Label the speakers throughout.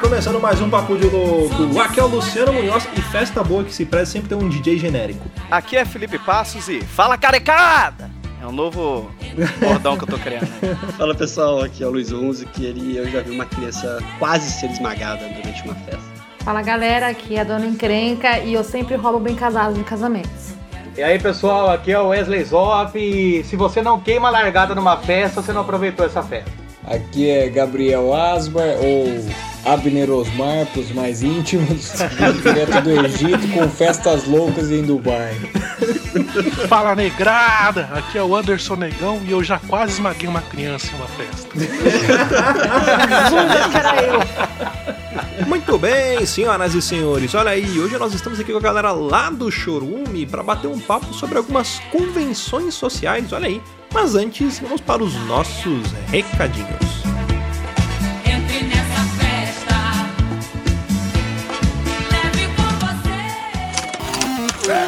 Speaker 1: começando mais um Papo de Louco. Aqui é o Luciano Munhoz e festa boa que se preze sempre tem um DJ genérico.
Speaker 2: Aqui é Felipe Passos e fala carecada! É um novo bordão que eu tô criando.
Speaker 3: Fala pessoal, aqui é o Luiz Onze, que ele, eu já vi uma criança quase ser esmagada durante uma festa.
Speaker 4: Fala galera, aqui é a Dona Encrenca e eu sempre roubo bem casados de casamentos.
Speaker 5: E aí pessoal, aqui é o Wesley Zop e se você não queima a largada numa festa, você não aproveitou essa festa.
Speaker 6: Aqui é Gabriel Asbar ou Abner Osmar pros mais íntimos, direto do Egito com festas loucas em Dubai.
Speaker 7: Fala negrada, aqui é o Anderson Negão e eu já quase esmaguei uma criança em uma festa.
Speaker 1: Muito bem, senhoras e senhores. Olha aí, hoje nós estamos aqui com a galera lá do Chorume para bater um papo sobre algumas convenções sociais. Olha aí. Mas antes, vamos para os nossos recadinhos.
Speaker 8: Entre nessa festa. Leve com você.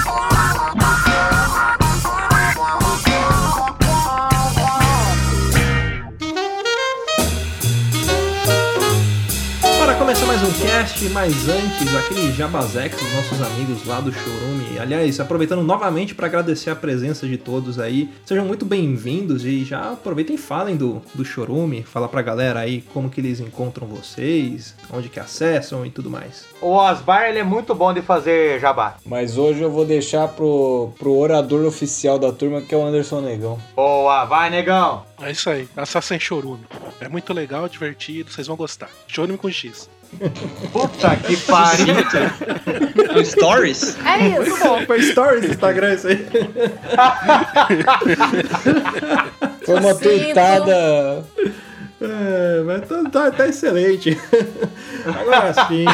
Speaker 1: Bora começar mais um cast, mas antes, aquele jabazex dos nossos amigos lá do Chorume. Aliás, aproveitando novamente para agradecer a presença de todos aí. Sejam muito bem-vindos e já aproveitem e falem do, do Chorume. Fala pra galera aí como que eles encontram vocês, onde que acessam e tudo mais.
Speaker 5: O Osbar, ele é muito bom de fazer jabá.
Speaker 6: Mas hoje eu vou deixar pro, pro orador oficial da turma, que é o Anderson Negão.
Speaker 5: Boa, vai negão.
Speaker 7: É isso aí, Assassin Chorume. É muito legal, divertido, vocês vão gostar. Chorume com X.
Speaker 5: Puta que pariu.
Speaker 3: No Stories?
Speaker 4: É isso.
Speaker 1: Foi stories do Instagram isso aí.
Speaker 6: Foi uma
Speaker 4: Sim,
Speaker 6: tuitada. um
Speaker 1: É, mas tá, tá- tá excelente. Agora sim.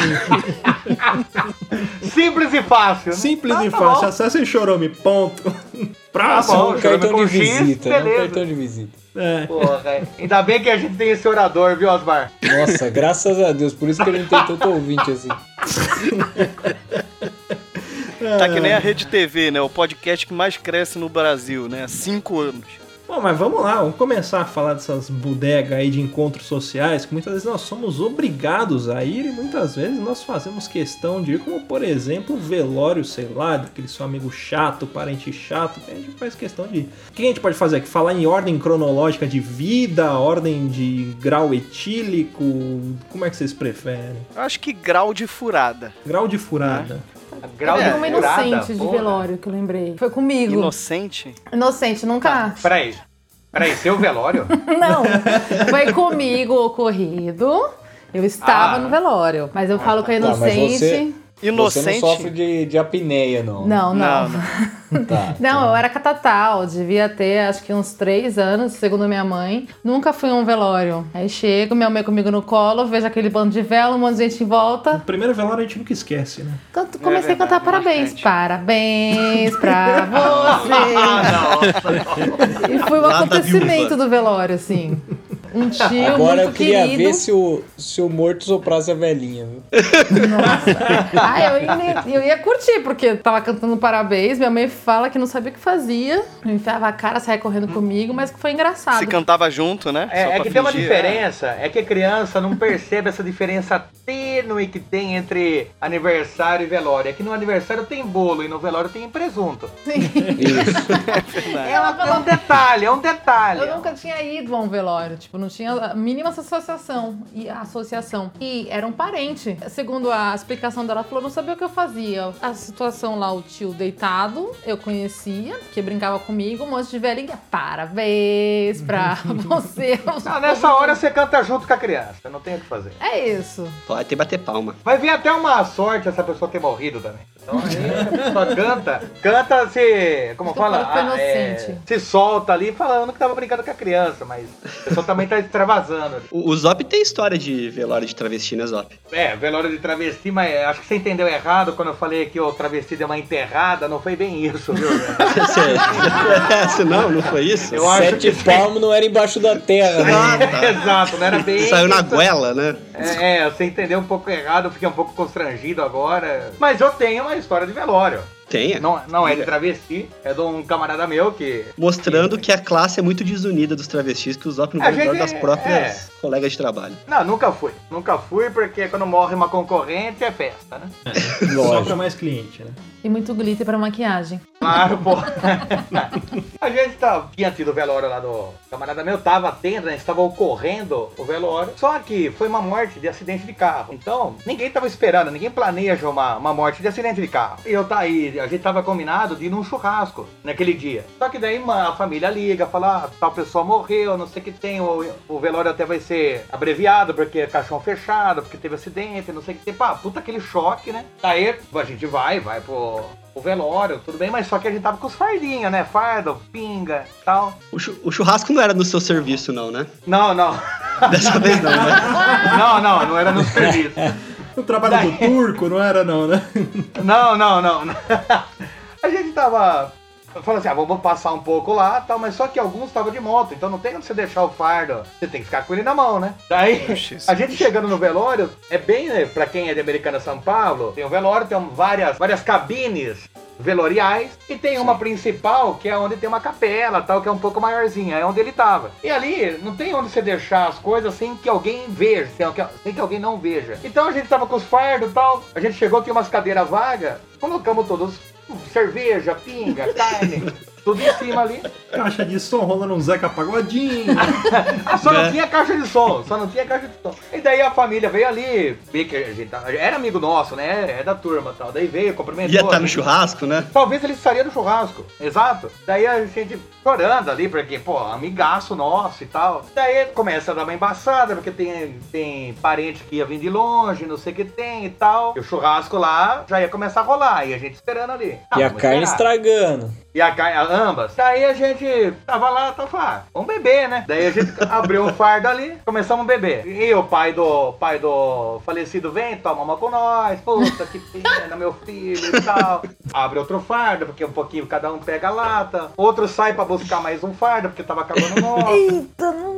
Speaker 5: Simples e fácil.
Speaker 1: Simples
Speaker 5: Tá,
Speaker 1: e
Speaker 5: tá
Speaker 1: fácil.
Speaker 5: bom.
Speaker 1: Acessem Chorome, ponto.
Speaker 5: bom.
Speaker 1: Próximo.
Speaker 6: Um cartão de
Speaker 5: com X,
Speaker 6: visita, né? Um
Speaker 5: beleza.
Speaker 6: cartão de visita.
Speaker 1: É.
Speaker 5: Porra, é. ainda bem que a gente tem esse orador, viu, Osmar?
Speaker 6: Nossa, graças a Deus, por isso que a gente tem tanto ouvinte assim.
Speaker 2: Tá que nem a Rede TV, né? O podcast que mais cresce no Brasil, né? Há cinco anos.
Speaker 1: Bom, mas vamos lá, vamos começar a falar dessas bodegas aí de encontros sociais que muitas vezes nós somos obrigados a ir e muitas vezes nós fazemos questão de ir, como por exemplo o velório, sei lá, daquele seu amigo chato, parente chato, que a gente faz questão de ir. O que a gente pode fazer aqui? Falar em ordem cronológica de vida, ordem de grau etílico, como é que vocês preferem?
Speaker 2: Eu acho que grau de furada. É.
Speaker 1: Grau de furada.
Speaker 5: Grau
Speaker 4: Teve
Speaker 5: de
Speaker 4: uma
Speaker 5: furada,
Speaker 4: um inocente de
Speaker 5: né? porra.
Speaker 4: velório que eu lembrei. Foi comigo.
Speaker 2: Inocente.
Speaker 4: Inocente, nunca.
Speaker 5: Peraí. Peraí, seu velório?
Speaker 4: Não. Foi comigo o ocorrido. Eu estava
Speaker 5: Ah.
Speaker 4: no velório. Mas eu falo que é
Speaker 6: Tá, mas
Speaker 4: inocente.
Speaker 6: você- Você
Speaker 2: Inocente.
Speaker 6: não sofre de, de apneia, não.
Speaker 4: Não, não.
Speaker 2: Não,
Speaker 6: Tá.
Speaker 4: Não, eu era catatal, devia ter acho que uns três anos, segundo minha mãe. Nunca fui a um velório. Aí chego, minha mãe comigo no colo, vejo aquele bando de vela, um monte de gente em volta.
Speaker 1: O primeiro velório a gente nunca esquece, né?
Speaker 4: Canto- comecei
Speaker 2: verdade,
Speaker 4: a cantar parabéns.
Speaker 2: bastante.
Speaker 4: Parabéns pra você.
Speaker 5: Ah, não.
Speaker 4: E foi o
Speaker 3: Lá da
Speaker 4: acontecimento do velório, assim. Um tio
Speaker 6: Agora eu
Speaker 4: muito
Speaker 6: queria
Speaker 4: querido.
Speaker 6: ver se o, se o morto soprasse a velhinha, viu?
Speaker 4: Ah, eu ia, eu ia curtir, porque tava cantando parabéns. Minha mãe fala que não sabia o que fazia. Enfiava a cara, saia correndo comigo, mas que foi engraçado.
Speaker 2: Se cantava junto, né? Só
Speaker 5: É, é
Speaker 2: pra
Speaker 5: que tem uma
Speaker 2: fingir.
Speaker 5: diferença, é que a criança não percebe essa diferença tênue que tem entre aniversário e velório. É que no aniversário tem bolo e no velório tem presunto.
Speaker 4: Sim.
Speaker 6: Isso.
Speaker 5: É, uma- é um detalhe, é um detalhe.
Speaker 4: Eu nunca tinha ido a um velório, tipo, não tinha a mínima associação. E a associação. E era um parente. Segundo a explicação dela, ela falou, não sabia o que eu fazia. A situação lá, o tio deitado, eu conhecia, que brincava comigo, um monte de velhinha. Parabéns pra você.
Speaker 5: Não,
Speaker 2: né?
Speaker 5: nessa hora você canta junto com a criança, não tem o que fazer.
Speaker 4: É isso.
Speaker 3: Pode até bater palma.
Speaker 5: Vai vir até uma sorte essa pessoa ter morrido também. Então aí a pessoa canta, canta se. Como
Speaker 4: Tô
Speaker 5: fala?
Speaker 4: falando que foi
Speaker 5: Ah, é,
Speaker 4: um inocente.
Speaker 5: se solta ali falando que tava brincando com a criança, mas a pessoa também tá extravasando ali.
Speaker 3: O, o Zop tem história de velório de travesti, né, Zop?
Speaker 5: É, velório de travesti, mas acho que você entendeu errado quando eu falei que o travesti deu uma enterrada, não foi bem isso, viu? velho?
Speaker 3: Você, não, não foi isso?
Speaker 5: Eu acho
Speaker 6: Sete palmos não era embaixo da terra, né?
Speaker 5: Exato, não era bem.
Speaker 3: Ah, tá. Saiu na
Speaker 5: isso.
Speaker 3: goela, né?
Speaker 5: É, é, você entendeu um pouco errado, eu fiquei um pouco constrangido agora. Mas eu tenho uma história de velório.
Speaker 3: Tem.
Speaker 5: Não, não é de travesti, é de um camarada meu que.
Speaker 3: Mostrando que a classe é muito desunida dos travestis, que o Zop não
Speaker 5: A
Speaker 3: vai embora
Speaker 5: gente- é.
Speaker 3: das próprias colegas de trabalho.
Speaker 5: Não, nunca fui. Nunca fui, porque quando morre uma concorrente é festa, né?
Speaker 1: Só
Speaker 6: Lógico.
Speaker 1: pra mais cliente, né?
Speaker 4: E muito glitter pra maquiagem.
Speaker 5: Claro, pô. a gente tá, tinha tido o velório lá do camarada meu, tava tendo, né? Estava ocorrendo o velório. Só que foi uma morte de acidente de carro. Então, ninguém tava esperando, ninguém planeja uma, uma morte de acidente de carro. E eu tá aí, a gente tava combinado de ir num churrasco naquele dia. Só que daí uma, a família liga, fala, ah, tal pessoa morreu, não sei o que tem, o, o velório até vai ser abreviado, porque é caixão fechado, porque teve acidente, não sei o que tem. Pá, puta aquele choque, né? Daí a gente vai, vai pro o velório, tudo bem, mas só que a gente tava com os fardinhos, né? Fardo, pinga, tal.
Speaker 3: O, chu- o churrasco não era no seu serviço, não, né?
Speaker 5: Não, não.
Speaker 3: Dessa vez não, né?
Speaker 5: Não, não, não era no serviço.
Speaker 1: O trabalho do turco não era não, né?
Speaker 5: Não, não, não. não. A gente tava falando assim, ah, vamos passar um pouco lá, tal, mas só que alguns estavam de moto, então não tem onde você deixar o fardo. Você tem que ficar com ele na mão, né? Daí, a gente chegando no velório, é bem, né, pra quem é de Americana São Paulo, tem o velório, tem um- várias, várias cabines veloriais e tem uma principal que é onde tem uma capela tal que é um pouco maiorzinha é onde ele tava e ali não tem onde você deixar as coisas sem que alguém veja sem que, sem que alguém não veja então a gente tava com os fardos tal a gente chegou tinha umas cadeiras vagas colocamos todos cerveja pinga carne tudo em cima ali
Speaker 1: Caixa de som rolando um Zeca Pagodinho.
Speaker 5: Ah, só não
Speaker 3: Né?
Speaker 5: tinha caixa de som, só não tinha caixa de som. E daí a família veio ali, vê que a gente tava- era amigo nosso, né? É da turma e tal. Daí veio, cumprimentou.
Speaker 3: Ia estar
Speaker 5: a
Speaker 3: no
Speaker 5: gente-
Speaker 3: churrasco, né?
Speaker 5: Talvez ele estaria no churrasco, exato. Daí a gente chorando ali, porque, pô, amigaço nosso e tal. Daí começa a dar uma embaçada, porque tem, tem parente que ia vir de longe, não sei o que tem e tal. E o churrasco lá já ia começar a rolar, e a gente esperando ali. Ah,
Speaker 6: E a
Speaker 5: vamos
Speaker 6: carne
Speaker 5: esperar.
Speaker 6: estragando.
Speaker 5: E a Gaia, ambas. Daí a gente tava lá, tava lá, vamos beber, né? Daí a gente abriu um fardo ali, começamos a beber. E o pai do pai do falecido vem, toma uma com nós, puta que pena, meu filho e tal. Abre outro fardo, porque um pouquinho cada um pega a lata. Outro sai pra buscar mais um fardo, porque tava acabando o nosso.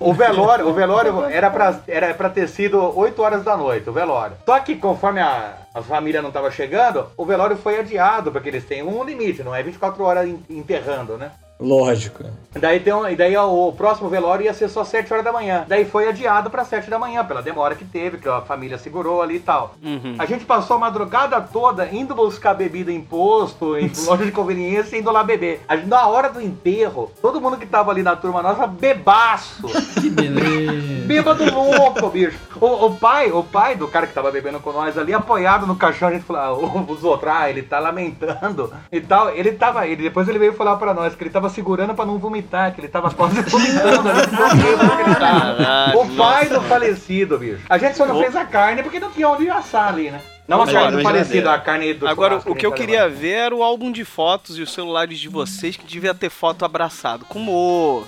Speaker 5: O velório, o velório era pra, era pra ter sido 8 horas da noite, o velório. Só que conforme a, a família não tava chegando, o velório foi adiado, porque eles têm um limite, não é 24 horas en- enterrando, né?
Speaker 6: Lógico.
Speaker 5: Daí tem um, e daí o, o próximo velório ia ser só 7 horas da manhã. Daí foi adiado pra 7 da manhã, pela demora que teve, que a família segurou ali e tal. A gente passou a madrugada toda indo buscar bebida em posto, em loja de conveniência, indo lá beber. A gente- na hora do enterro, todo mundo que tava ali na turma nossa, bebaço.
Speaker 1: Que beleza.
Speaker 5: Bêbado louco, bicho. O, o pai, o pai do cara que tava bebendo com nós ali, apoiado no caixão, a gente falou, ah, o, o Zotrá, ele tá lamentando e tal. Ele tava, ele depois ele veio falar pra nós que ele tava segurando pra não vomitar, que ele tava quase vomitando ali, de tão bêbado que ele tava.
Speaker 2: Caralho,
Speaker 5: O pai do falecido, bicho. A gente só não fez a carne porque não tinha onde assar ali, né? Não a
Speaker 3: Melhor,
Speaker 5: carne do
Speaker 3: mas
Speaker 5: parecido,
Speaker 3: geladeira.
Speaker 5: a carne do
Speaker 2: Agora,
Speaker 5: churrasco
Speaker 2: o que eu
Speaker 5: tá
Speaker 2: queria
Speaker 5: levando.
Speaker 2: ver era o álbum de fotos e os celulares de vocês que devia ter foto abraçado. Com humor.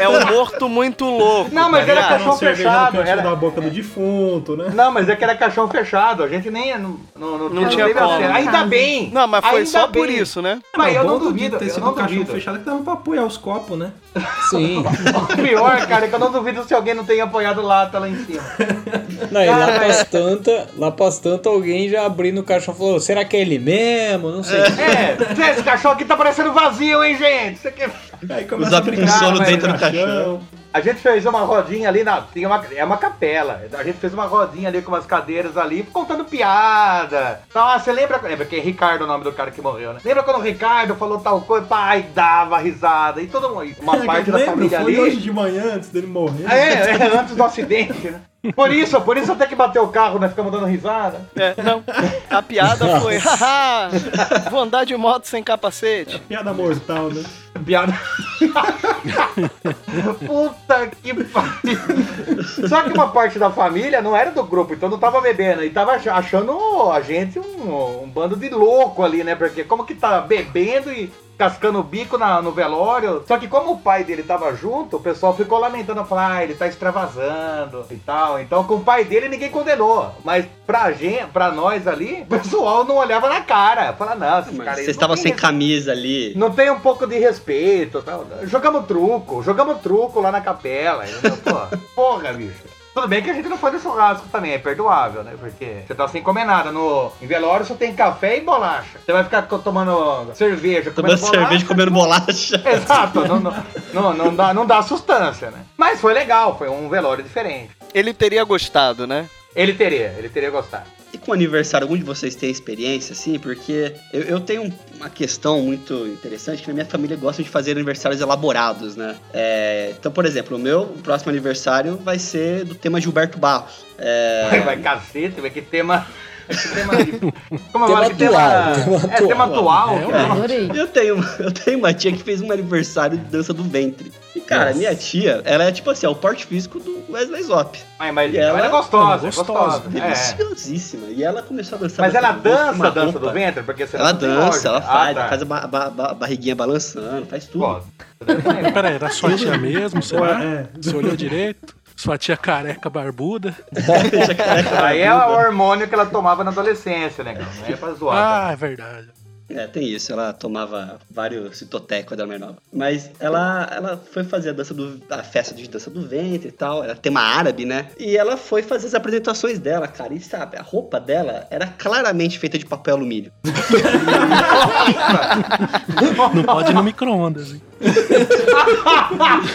Speaker 2: é um morto muito louco.
Speaker 5: Não, mas
Speaker 2: tá
Speaker 5: era
Speaker 2: ligado?
Speaker 5: cachorro fechado,
Speaker 1: cantinho
Speaker 5: era-
Speaker 1: da boca do defunto, né?
Speaker 5: Não, mas é que era caixão fechado, a gente nem. Não, não, não,
Speaker 2: Não tinha
Speaker 5: teve
Speaker 2: como.
Speaker 5: acesso. Ainda bem!
Speaker 2: Não, mas foi
Speaker 5: ainda
Speaker 2: só
Speaker 5: bem.
Speaker 2: por isso, né?
Speaker 5: É, Mas eu
Speaker 1: bom
Speaker 5: não
Speaker 1: podia
Speaker 5: duvido,
Speaker 1: ter
Speaker 5: eu
Speaker 1: sido
Speaker 5: não
Speaker 1: um caixão
Speaker 5: duvido.
Speaker 1: fechado que dava pra apoiar os copos, né?
Speaker 6: Sim.
Speaker 5: O pior, cara, é que eu não duvido se alguém não tenha apoiado lá, tá lá em cima.
Speaker 6: Não, e lá pras tanta, lá pras tanta, alguém já abrindo o caixão e falou, será que é ele mesmo? Não sei.
Speaker 5: É, Zé, esse cachorro aqui tá parecendo vazio, hein, gente? Isso aqui é
Speaker 1: Aí
Speaker 3: Os
Speaker 1: começa a brincar.
Speaker 5: brincar,
Speaker 3: absurdos
Speaker 5: mas
Speaker 3: dentro do caixão.
Speaker 1: Caixão.
Speaker 5: A gente fez uma rodinha ali, na, tem uma, é uma capela. A gente fez uma rodinha ali com umas cadeiras ali, contando piada. Ah, você lembra? Lembra que é Ricardo o nome do cara que morreu, né? Lembra quando o Ricardo falou tal coisa? Pai, dava risada. E todo mundo. Uma parte da
Speaker 1: Lembra?
Speaker 5: família
Speaker 1: Foi
Speaker 5: ali.
Speaker 1: hoje de manhã, antes dele morrer.
Speaker 5: É, é, antes do acidente, né? Por isso, por isso até que bateu o carro, nós ficamos dando risada.
Speaker 2: É, não. A piada foi, haha, vou andar de moto sem capacete.
Speaker 1: Piada mortal, né?
Speaker 5: Piada. Puta que pariu. Só que uma parte da família não era do grupo, então não tava bebendo. E tava ach- achando a gente um, um bando de louco ali, né? Porque como que tá bebendo e cascando o bico na- no velório. Só que como o pai dele tava junto, o pessoal ficou lamentando, falando, ah, ele tá extravasando e tal. Então com o pai dele ninguém condenou. Mas pra gente, pra nós ali, o pessoal não olhava na cara. Fala, não, esses
Speaker 3: Mas
Speaker 5: caras aí
Speaker 3: Vocês
Speaker 5: não
Speaker 3: estavam
Speaker 5: tem
Speaker 3: sem
Speaker 5: res-
Speaker 3: camisa ali.
Speaker 5: não tem um pouco de respeito. Tal. Jogamos truco, jogamos truco lá na capela. entendeu? Pô, porra, bicho. Tudo bem que a gente não foi no churrasco também, é perdoável, né? Porque você tá sem comer nada. No, em velório só tem café e bolacha. Você vai ficar co- tomando cerveja, comendo
Speaker 3: Tomando
Speaker 5: bolacha.
Speaker 3: cerveja, comendo bolacha.
Speaker 5: Exato, não, não, não, não dá, não dá sustância, né? Mas foi legal, foi um velório diferente.
Speaker 2: Ele teria gostado, né?
Speaker 5: Ele teria, ele teria gostado.
Speaker 3: E com aniversário, algum de vocês tem experiência, assim? Porque eu, eu tenho um- uma questão muito interessante, que na minha família gosta de fazer aniversários elaborados, né? É, então, por exemplo, o meu próximo aniversário vai ser do tema Gilberto Barros. É,
Speaker 5: Vai, vai, cacete, vai, que tema. Que tema. Como
Speaker 6: Tema
Speaker 5: agora que tema.
Speaker 6: atual, tema
Speaker 5: É tema atual, cara.
Speaker 4: Adorei.
Speaker 3: Eu tenho, eu tenho uma tia que fez um aniversário de dança do ventre. E, cara, minha tia, ela é tipo assim, é o porte físico do Wesley Zop.
Speaker 5: Mas, mas
Speaker 3: E
Speaker 5: ela,
Speaker 3: ela-
Speaker 5: é gostosa,
Speaker 1: Não,
Speaker 5: é
Speaker 1: gostosa,
Speaker 5: gostosa. É.
Speaker 3: Deliciosíssima. E ela começou a dançar.
Speaker 5: Mas ela
Speaker 3: dança do ventre,
Speaker 5: dança
Speaker 3: uma
Speaker 5: a dança
Speaker 3: roupa.
Speaker 5: do ventre? Porque você
Speaker 3: Ela
Speaker 5: não tem
Speaker 3: dança,
Speaker 5: lógica.
Speaker 3: ela faz,
Speaker 5: Ah, tá.
Speaker 3: faz a ba- ba- ba- barriguinha balançando, faz tudo.
Speaker 5: Pô, tudo bem.
Speaker 7: Pera aí, Então, era sua tia mesmo, será?
Speaker 1: É.
Speaker 7: Você olhou direito? Sua tia careca barbuda?
Speaker 3: Deixa a careca
Speaker 5: Aí é o
Speaker 3: barbuda.
Speaker 5: hormônio que ela tomava na adolescência, né, cara? Não é pra zoar. tá?
Speaker 7: Ah, é verdade.
Speaker 3: É, tem isso, ela tomava vários citotecos quando era mais nova. Mas ela, ela foi fazer a dança do. a festa de dança do ventre e tal, era tema árabe, né? E ela foi fazer as apresentações dela, cara. E sabe, a roupa dela era claramente feita de papel alumínio.
Speaker 7: Não pode ir no micro-ondas, hein?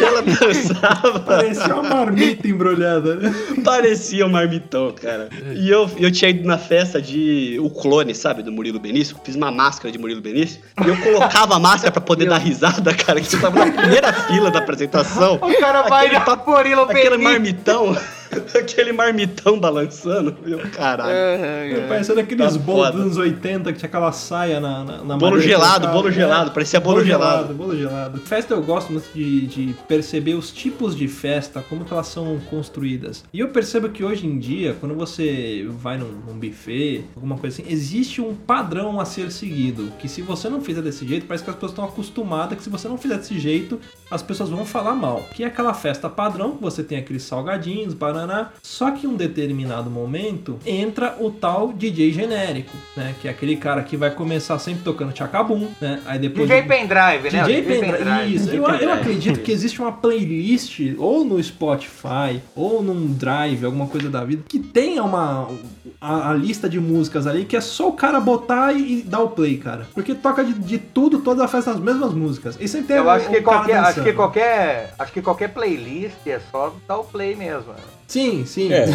Speaker 3: Ela dançava.
Speaker 1: Parecia é uma marmita embrulhada, né?
Speaker 3: Parecia um marmitão, cara. E eu, eu tinha ido na festa de O Clone, sabe? Do Murilo Benício. Fiz uma máscara de Murilo Benício. E eu colocava a máscara pra poder dar risada, cara. Que eu tava na primeira fila da apresentação.
Speaker 5: O cara vai
Speaker 3: Aquele
Speaker 5: na
Speaker 3: papo-
Speaker 5: Porilo
Speaker 3: Aquele
Speaker 5: Benício.
Speaker 3: marmitão. aquele marmitão balançando. Meu caralho.
Speaker 1: Parecendo aqueles
Speaker 3: É, Tá
Speaker 1: bolos
Speaker 3: foda.
Speaker 1: dos anos 80 que tinha aquela saia na, na, na
Speaker 3: Bolo
Speaker 1: madeira né?
Speaker 3: gelado,
Speaker 1: trocada.
Speaker 3: bolo gelado, parecia bolo gelado.
Speaker 1: Bolo gelado. Festa eu gosto muito de, de perceber os tipos de festa, como que elas são construídas. E eu percebo que hoje em dia, quando você vai num, num buffet, alguma coisa assim, existe um padrão a ser seguido. Que se você não fizer desse jeito, parece que as pessoas estão acostumadas que se você não fizer desse jeito, as pessoas vão falar mal. Que é aquela festa padrão que você tem aqueles salgadinhos, bananá. Só que em um determinado momento entra o tal DJ genérico, né? Que é aquele cara que vai começar sempre tocando tchacabum, né? Aí depois.
Speaker 5: DJ Pendrive, né?
Speaker 1: DJ Pendrive. Isso, eu,
Speaker 6: é.
Speaker 1: eu
Speaker 3: pendrive.
Speaker 1: acredito que existe uma playlist, ou no Spotify, ou num Drive, alguma coisa da vida, que tenha uma. A, a lista de músicas ali, que é só o cara botar e, e dar o play, cara. Porque toca de, de tudo, toda a festa as mesmas músicas. E sempre tem
Speaker 5: Eu
Speaker 1: o-
Speaker 5: acho
Speaker 1: o
Speaker 5: que,
Speaker 1: cara
Speaker 5: qualquer, acho,
Speaker 1: dançando.
Speaker 5: que qualquer, acho que qualquer playlist é só dar o play mesmo.
Speaker 1: Sim, sim.
Speaker 6: É,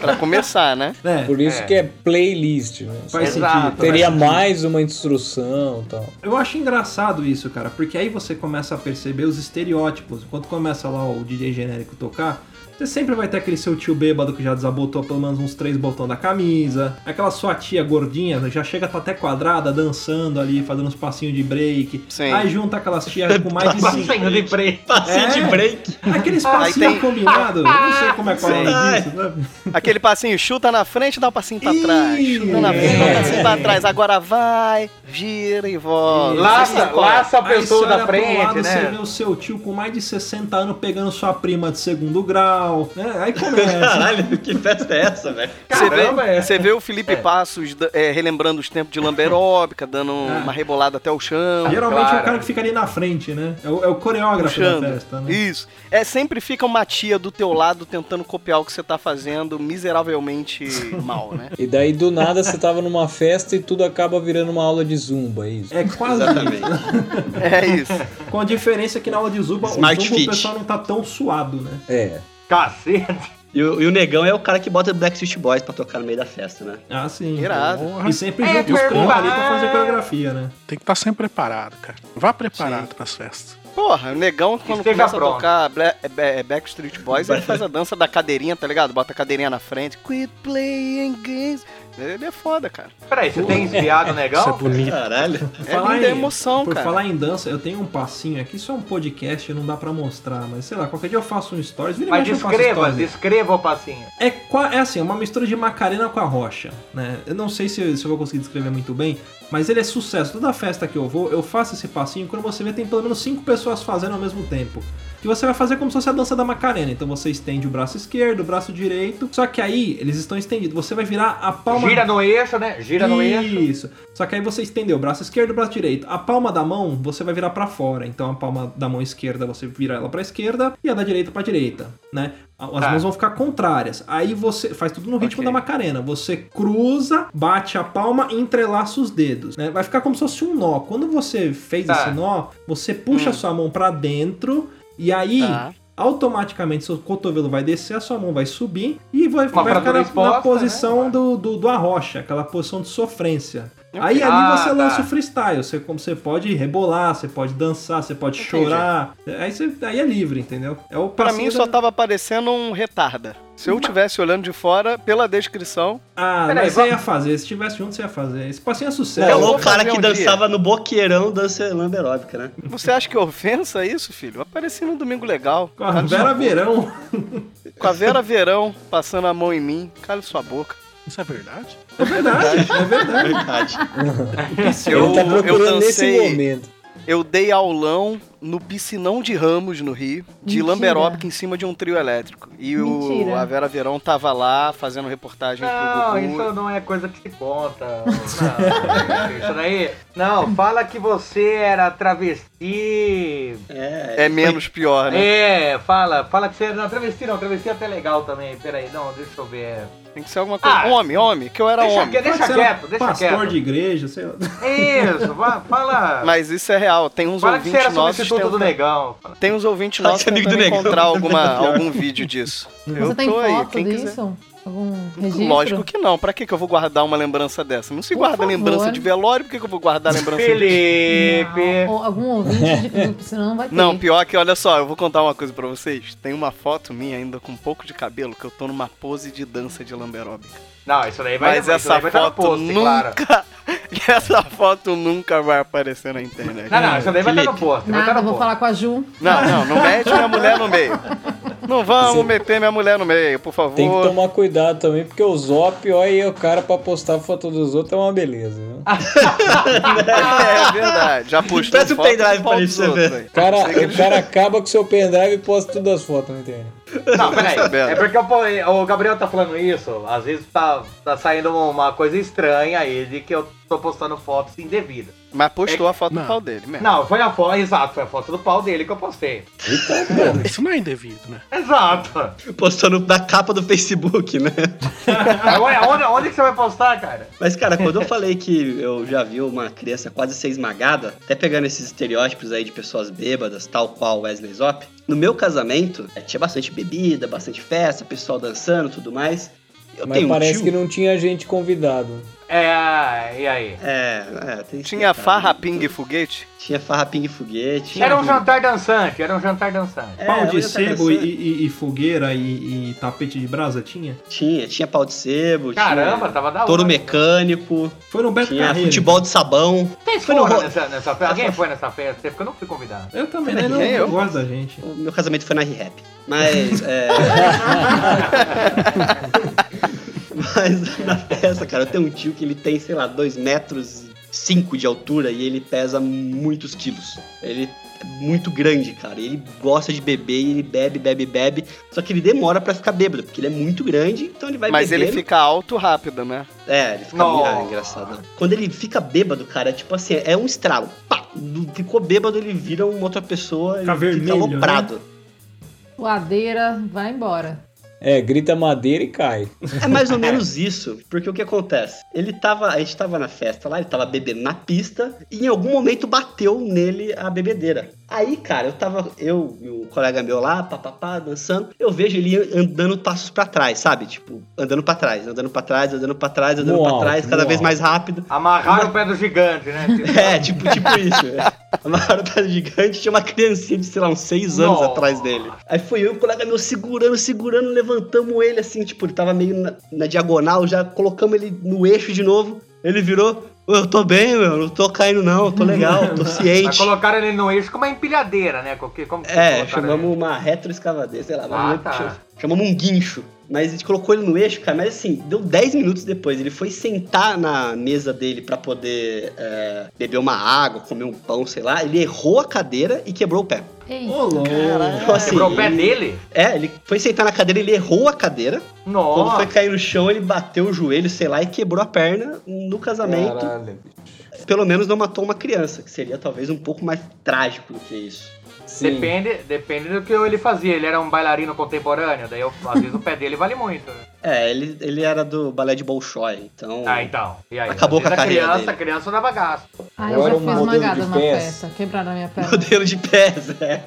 Speaker 2: Pra começar, né?
Speaker 1: É,
Speaker 6: por isso
Speaker 5: É.
Speaker 6: que é playlist, né?
Speaker 1: faz
Speaker 5: Exato.
Speaker 1: sentido.
Speaker 6: Teria mais uma instrução e tal.
Speaker 1: Eu acho engraçado isso, cara, porque aí você começa a perceber os estereótipos. Quando começa lá o DJ genérico tocar, Você sempre vai ter aquele seu tio bêbado que já desabotou pelo menos uns três botões da camisa, aquela sua tia gordinha que já chega tá até quadrada, dançando ali, fazendo uns passinhos de break.
Speaker 2: Sim.
Speaker 1: Aí junta aquelas tias com mais de cinco.
Speaker 5: Passinho de break.
Speaker 3: Passinho
Speaker 1: É.
Speaker 3: de break.
Speaker 1: Aqueles
Speaker 2: Aí
Speaker 1: passinhos
Speaker 2: tem-
Speaker 1: combinados, eu não sei como é qual é o nome disso, né?
Speaker 2: Aquele passinho, chuta na frente, dá um passinho pra
Speaker 1: Ih,
Speaker 2: trás. Chuta na frente, dá um
Speaker 1: é.
Speaker 2: passinho pra trás. Agora vai, gira e volta.
Speaker 5: Laça,
Speaker 2: Tá
Speaker 5: laça a
Speaker 1: Aí você
Speaker 5: pessoa
Speaker 1: olha
Speaker 5: da
Speaker 1: pro
Speaker 5: frente,
Speaker 1: lado, você vê um-
Speaker 5: né?
Speaker 1: o seu tio com mais de 60 anos pegando sua prima de segundo grau, né? Aí começa.
Speaker 3: Caralho, que festa é essa, velho?
Speaker 2: Você vê,
Speaker 5: Caramba, é.
Speaker 2: você vê o Felipe Passos da- é, relembrando os tempos de lamberóbica, dando
Speaker 1: Ah.
Speaker 2: uma rebolada até o chão.
Speaker 1: Geralmente é o
Speaker 5: Claro.
Speaker 1: cara que fica ali na frente, né? É o, é o coreógrafo da festa,
Speaker 2: Puxando.
Speaker 1: né?
Speaker 2: Isso. É, sempre fica uma tia do teu lado tentando copiar o que você tá fazendo miseravelmente mal, né?
Speaker 6: E daí do nada você tava numa festa e tudo acaba virando uma aula de zumba, é isso.
Speaker 1: É quase isso.
Speaker 3: Exatamente.
Speaker 2: É isso.
Speaker 1: Com a diferença que na aula de Zuba,
Speaker 3: Smart
Speaker 1: o Zuba
Speaker 3: fit.
Speaker 1: o pessoal não tá tão suado, né?
Speaker 6: É.
Speaker 5: Cacete.
Speaker 3: E o, e o negão é o cara que bota Blackstreet Boys pra tocar no meio da festa, né?
Speaker 1: Ah, sim.
Speaker 2: Irado.
Speaker 7: Porra,
Speaker 1: E sempre
Speaker 5: É,
Speaker 1: junto os
Speaker 5: pergunta-
Speaker 1: compa ali pra fazer coreografia, né?
Speaker 2: é-
Speaker 7: tem que estar sempre preparado, cara. Vá preparado pras festas.
Speaker 2: Porra, o negão, quando
Speaker 5: Esteja
Speaker 2: começa
Speaker 5: pronto.
Speaker 2: a tocar Bla- é, é, é Backstreet Boys, ele faz a dança da cadeirinha, tá ligado? Bota a cadeirinha na frente. Quit playing games. Ele é foda, cara.
Speaker 5: Peraí, você tem espiado o
Speaker 7: Isso é
Speaker 5: negão?
Speaker 7: bonito.
Speaker 3: Caralho.
Speaker 1: Por
Speaker 2: É linda a emoção,
Speaker 1: Por
Speaker 2: cara.
Speaker 1: falar em dança, eu tenho um passinho aqui, isso é um podcast, não dá pra mostrar, mas sei lá, qualquer dia eu faço um stories, vira e
Speaker 5: Mas
Speaker 1: mexe eu faço
Speaker 5: descreva,
Speaker 1: stories.
Speaker 5: descreva o passinho.
Speaker 1: É, qua- é assim, uma mistura de Macarena com a Rocha, né? Eu não sei se, se eu vou conseguir descrever muito bem, mas ele é sucesso. Toda festa que eu vou, eu faço esse passinho, quando você vê tem pelo menos cinco pessoas fazendo ao mesmo tempo. E você vai fazer como se fosse a dança da Macarena. Então você estende o braço esquerdo, o braço direito. Só que aí eles estão estendidos. Você vai virar a palma
Speaker 5: Gira no eixo, né? Gira no eixo.
Speaker 1: isso. Só que aí você estendeu o braço esquerdo e o braço direito. A palma da mão você vai virar pra fora. Então a palma da mão esquerda você vira ela pra esquerda e a da direita pra direita, né? As
Speaker 5: Tá.
Speaker 1: mãos vão ficar contrárias. Aí você faz tudo no ritmo
Speaker 2: Ok.
Speaker 1: da Macarena. Você cruza, bate a palma e entrelaça os dedos, né? Vai ficar como se fosse um nó. Quando você fez
Speaker 5: Tá. Hum.
Speaker 1: esse nó, você puxa a sua mão pra dentro e aí
Speaker 2: Tá.
Speaker 1: automaticamente seu cotovelo vai descer, a sua mão vai subir e vai,
Speaker 5: Uma
Speaker 1: vai ficar
Speaker 5: fratura
Speaker 1: na,
Speaker 5: exposta,
Speaker 1: na posição
Speaker 5: né?
Speaker 1: do, do, do arrocha, aquela posição de sofrência. Aí
Speaker 5: Ah,
Speaker 1: ali você lança
Speaker 5: tá.
Speaker 1: o freestyle, você, como você pode rebolar, você pode dançar, você pode chorar, aí, você, aí é livre, entendeu? É o
Speaker 2: Pra
Speaker 1: passinho
Speaker 2: mim só
Speaker 1: da-
Speaker 2: tava parecendo um retarda. Se eu tivesse olhando de fora, pela descrição,
Speaker 1: Ah,
Speaker 5: Peraí,
Speaker 1: mas você
Speaker 5: vamos-
Speaker 1: ia fazer, se tivesse junto você ia fazer. Esse passinho é sucesso.
Speaker 3: É
Speaker 2: eu vou
Speaker 3: o cara
Speaker 2: fazer
Speaker 3: que
Speaker 2: um
Speaker 3: dançava no boqueirão dança lamberóbica, né?
Speaker 2: você acha que é ofensa isso, filho? Apareci no Domingo Legal.
Speaker 1: Com a
Speaker 2: Cale sua
Speaker 1: Vera
Speaker 2: boca.
Speaker 1: Verão.
Speaker 2: Com a Vera Verão passando a mão em mim. Cala sua boca.
Speaker 7: Isso é verdade?
Speaker 1: É verdade, é verdade.
Speaker 3: Verdade.
Speaker 2: Eu,
Speaker 6: Ele tá
Speaker 2: eu
Speaker 6: procurando nesse
Speaker 2: dancei,
Speaker 6: momento.
Speaker 2: eu dei aulão no piscinão de Ramos, no Rio, de
Speaker 4: Mentira.
Speaker 2: lamberóbica em cima de um trio elétrico. E o,
Speaker 4: Mentira.
Speaker 2: a Vera Verão tava lá fazendo reportagem
Speaker 5: Não,
Speaker 2: pro Gugu.
Speaker 5: isso não é coisa que se conta. Não, isso daí. Não, fala que você era travesti.
Speaker 2: É menos pior, né?
Speaker 5: É, fala, fala que você era. Não, travesti não, travesti é até legal também. Peraí, não, deixa eu ver.
Speaker 2: Tem que ser alguma coisa.
Speaker 5: Ah.
Speaker 2: homem, homem, que eu era
Speaker 5: Deixa,
Speaker 2: homem.
Speaker 5: quieto, deixa
Speaker 1: Pode ser
Speaker 5: quieto, deixa
Speaker 1: pastor
Speaker 5: quieto.
Speaker 1: de igreja, sei lá.
Speaker 5: Isso, fa- fala.
Speaker 2: Mas isso é real. Tem uns
Speaker 5: fala que você
Speaker 2: ouvintes
Speaker 5: era
Speaker 2: nossos.
Speaker 5: substituto do
Speaker 2: tentando-
Speaker 5: negão.
Speaker 2: Tem uns ouvintes
Speaker 3: Fala
Speaker 2: nossos
Speaker 3: que é amigo do
Speaker 2: tentando
Speaker 3: negão.
Speaker 2: encontrar alguma, algum vídeo disso.
Speaker 4: Você
Speaker 2: Eu
Speaker 5: tá
Speaker 4: tem
Speaker 2: tô aí,
Speaker 4: foto
Speaker 2: quem quiser.
Speaker 4: disso? Algum registro?
Speaker 2: Lógico que não. Pra que, que eu vou guardar uma lembrança dessa? Não se
Speaker 4: Por
Speaker 2: guarda
Speaker 4: favor.
Speaker 2: lembrança de velório, por que, que eu vou guardar lembrança tá de...
Speaker 5: Felipe.
Speaker 4: Não, ou algum ouvinte de Felipe, senão não vai ter.
Speaker 2: Não, pior que, olha só, eu vou contar uma coisa pra vocês. Tem uma foto minha ainda com um pouco de cabelo que eu tô numa pose de dança de lamberóbica.
Speaker 5: Não, isso daí vai
Speaker 2: Mas
Speaker 5: isso
Speaker 2: essa
Speaker 5: daí vai estar no
Speaker 2: foto
Speaker 5: post, claro.
Speaker 2: nunca... essa foto nunca vai aparecer na internet.
Speaker 5: Não, não, isso daí vai estar no post. Vai
Speaker 4: Nada,
Speaker 5: estar no
Speaker 4: vou
Speaker 5: post.
Speaker 4: falar com a Ju.
Speaker 2: Não, não, não mete minha mulher no meio. Não vamos meter minha mulher no meio, por favor.
Speaker 6: Tem que tomar cuidado também, porque o Zop, olha aí, o cara pra postar foto dos outros é uma beleza, né?
Speaker 2: É verdade, já postou
Speaker 3: Presta o
Speaker 2: foto
Speaker 3: pendrive
Speaker 2: do pau
Speaker 3: pra
Speaker 2: dos
Speaker 3: ele pra você
Speaker 2: outros
Speaker 3: ver.
Speaker 2: aí.
Speaker 6: O cara, o cara acaba com seu pendrive e posta todas as fotos né, na internet.
Speaker 5: Não, peraí.
Speaker 2: Tá Sabendo.
Speaker 5: É porque o, o Gabriel tá falando isso. Às vezes tá, tá saindo uma coisa estranha aí de que eu tô postando fotos indevidas.
Speaker 2: Mas postou a foto
Speaker 7: Não.
Speaker 2: do pau dele mesmo.
Speaker 5: É Não, foi a foto. Exato, foi a foto do pau dele que eu postei.
Speaker 7: Não, isso não é indevido, né?
Speaker 5: Exato.
Speaker 3: Postando na capa do Facebook, né?
Speaker 5: Agora, onde, onde que você vai postar, cara?
Speaker 3: Mas, cara, quando eu falei que eu já vi uma criança quase ser esmagada, até pegando esses estereótipos aí de pessoas bêbadas, tal qual Wesley Zop, no meu casamento é, tinha bastante bebida, bastante festa, pessoal dançando tudo mais. Eu
Speaker 6: Mas
Speaker 3: tenho um
Speaker 6: parece
Speaker 3: tio-
Speaker 6: que não tinha gente convidado.
Speaker 5: É, e aí?
Speaker 3: É, é, tem que
Speaker 2: Tinha
Speaker 3: explicar,
Speaker 2: farra,
Speaker 3: né?
Speaker 2: pingue e foguete?
Speaker 3: Tinha farra, pingue e foguete.
Speaker 5: Era um jantar dançante, era um jantar dançante.
Speaker 3: É,
Speaker 1: Pau
Speaker 3: olha,
Speaker 1: de
Speaker 3: tá
Speaker 1: sebo e,
Speaker 3: dançando.
Speaker 1: e- e fogueira e, e tapete de brasa tinha?
Speaker 3: Tinha, tinha pau de sebo.
Speaker 5: Caramba,
Speaker 3: tinha
Speaker 5: tava
Speaker 1: tá
Speaker 5: da hora.
Speaker 3: Touro mecânico,
Speaker 1: Foi no Beto
Speaker 3: tinha
Speaker 1: Carreiro.
Speaker 3: futebol de sabão.
Speaker 5: Quem foi
Speaker 3: Foi no
Speaker 1: né?
Speaker 3: ro-
Speaker 5: nessa, nessa festa? Alguém foi nessa festa? Porque eu não fui convidado.
Speaker 1: Eu também, né? Não,
Speaker 2: Nem eu.
Speaker 1: não gosto da gente.
Speaker 3: O meu casamento foi na R-Rap. Mas, é... Mas na festa, cara, eu tenho um tio que ele tem, sei lá, 2 metros 5 de altura e ele pesa muitos quilos. Ele é muito grande, cara. Ele gosta de beber e ele bebe, bebe, bebe. Só que ele demora pra ficar bêbado, porque ele é muito grande, então ele vai
Speaker 2: Mas ele
Speaker 3: bebendo.
Speaker 2: fica alto rápido, né?
Speaker 3: É, ele fica
Speaker 5: Nossa.
Speaker 3: meio- ah, engraçado. Quando ele fica bêbado, cara, é tipo assim, é um estralo. Pá! Do- Ficou bêbado, ele vira uma outra pessoa, ele
Speaker 1: Fica vermelho, né?
Speaker 3: fica aloprado.
Speaker 4: Ladeira, vai embora.
Speaker 6: É, grita madeira e cai.
Speaker 3: É mais ou menos isso, porque o que acontece? Ele tava, a gente tava na festa lá, ele tava bebendo na pista, e em algum momento bateu nele a bebedeira. Aí, cara, eu tava, eu e um colega meu lá, papapá, dançando, eu vejo ele andando passos pra trás, sabe? Tipo, andando pra trás, andando pra trás, andando pra trás, andando
Speaker 6: No
Speaker 3: pra
Speaker 6: alto,
Speaker 3: trás, cada
Speaker 6: no
Speaker 3: vez
Speaker 6: alto.
Speaker 3: mais rápido.
Speaker 5: Amarraram o pé do gigante, né?
Speaker 3: É, tipo, tipo isso. né? Amarraram o pé do gigante tinha uma criancinha de, sei lá, uns seis anos
Speaker 5: Nossa.
Speaker 3: atrás dele. Aí foi eu e o colega meu segurando, segurando, levantamos ele assim, tipo, ele tava meio na, na diagonal, já colocamos ele no eixo de novo. Ele virou, "Ô, eu tô bem, meu, não tô caindo não, tô legal, tô
Speaker 5: Mas
Speaker 3: ciente.
Speaker 5: colocaram ele no eixo com uma empilhadeira, né? Com que- Como que
Speaker 3: É,
Speaker 5: colocaram
Speaker 3: chamamos
Speaker 5: ele?
Speaker 3: uma retroescavadeira, sei lá,
Speaker 5: Ah,
Speaker 3: mas
Speaker 5: tá.
Speaker 3: chamamos um guincho. Mas a gente colocou ele no eixo, cara, mas assim, deu 10 minutos depois. Ele foi sentar na mesa dele pra poder é, beber uma água, comer um pão, sei lá. Ele errou a cadeira e quebrou o pé.
Speaker 4: Ei,
Speaker 1: Ô, louco.
Speaker 3: Então, assim,
Speaker 5: É, Quebrou o pé
Speaker 3: ele-
Speaker 5: dele?
Speaker 3: É, ele foi sentar na cadeira, ele errou a cadeira. Quando foi
Speaker 5: Nossa.
Speaker 3: cair no chão, ele bateu o joelho, sei lá, e quebrou a perna no casamento.
Speaker 6: Caralho.
Speaker 3: Pelo menos não matou uma criança, que seria talvez um pouco mais trágico do que isso.
Speaker 6: Sim.
Speaker 5: Depende, depende do que ele fazia. Ele era um bailarino contemporâneo, daí eu- às vezes o pé dele vale muito. né?
Speaker 3: É, ele, ele era do balé de Bolshoi, então.
Speaker 5: Ah, então. E aí?
Speaker 3: Acabou
Speaker 5: Às vezes
Speaker 3: com a carreira
Speaker 5: criança,
Speaker 3: dele.
Speaker 5: a criança dava gasto.
Speaker 4: ai,
Speaker 6: Eu
Speaker 4: eu já
Speaker 6: era um
Speaker 4: fiz
Speaker 6: modelo de
Speaker 4: magada numa
Speaker 6: pés.
Speaker 4: festa. Quebraram a minha perna.
Speaker 3: Modelo de pés, é.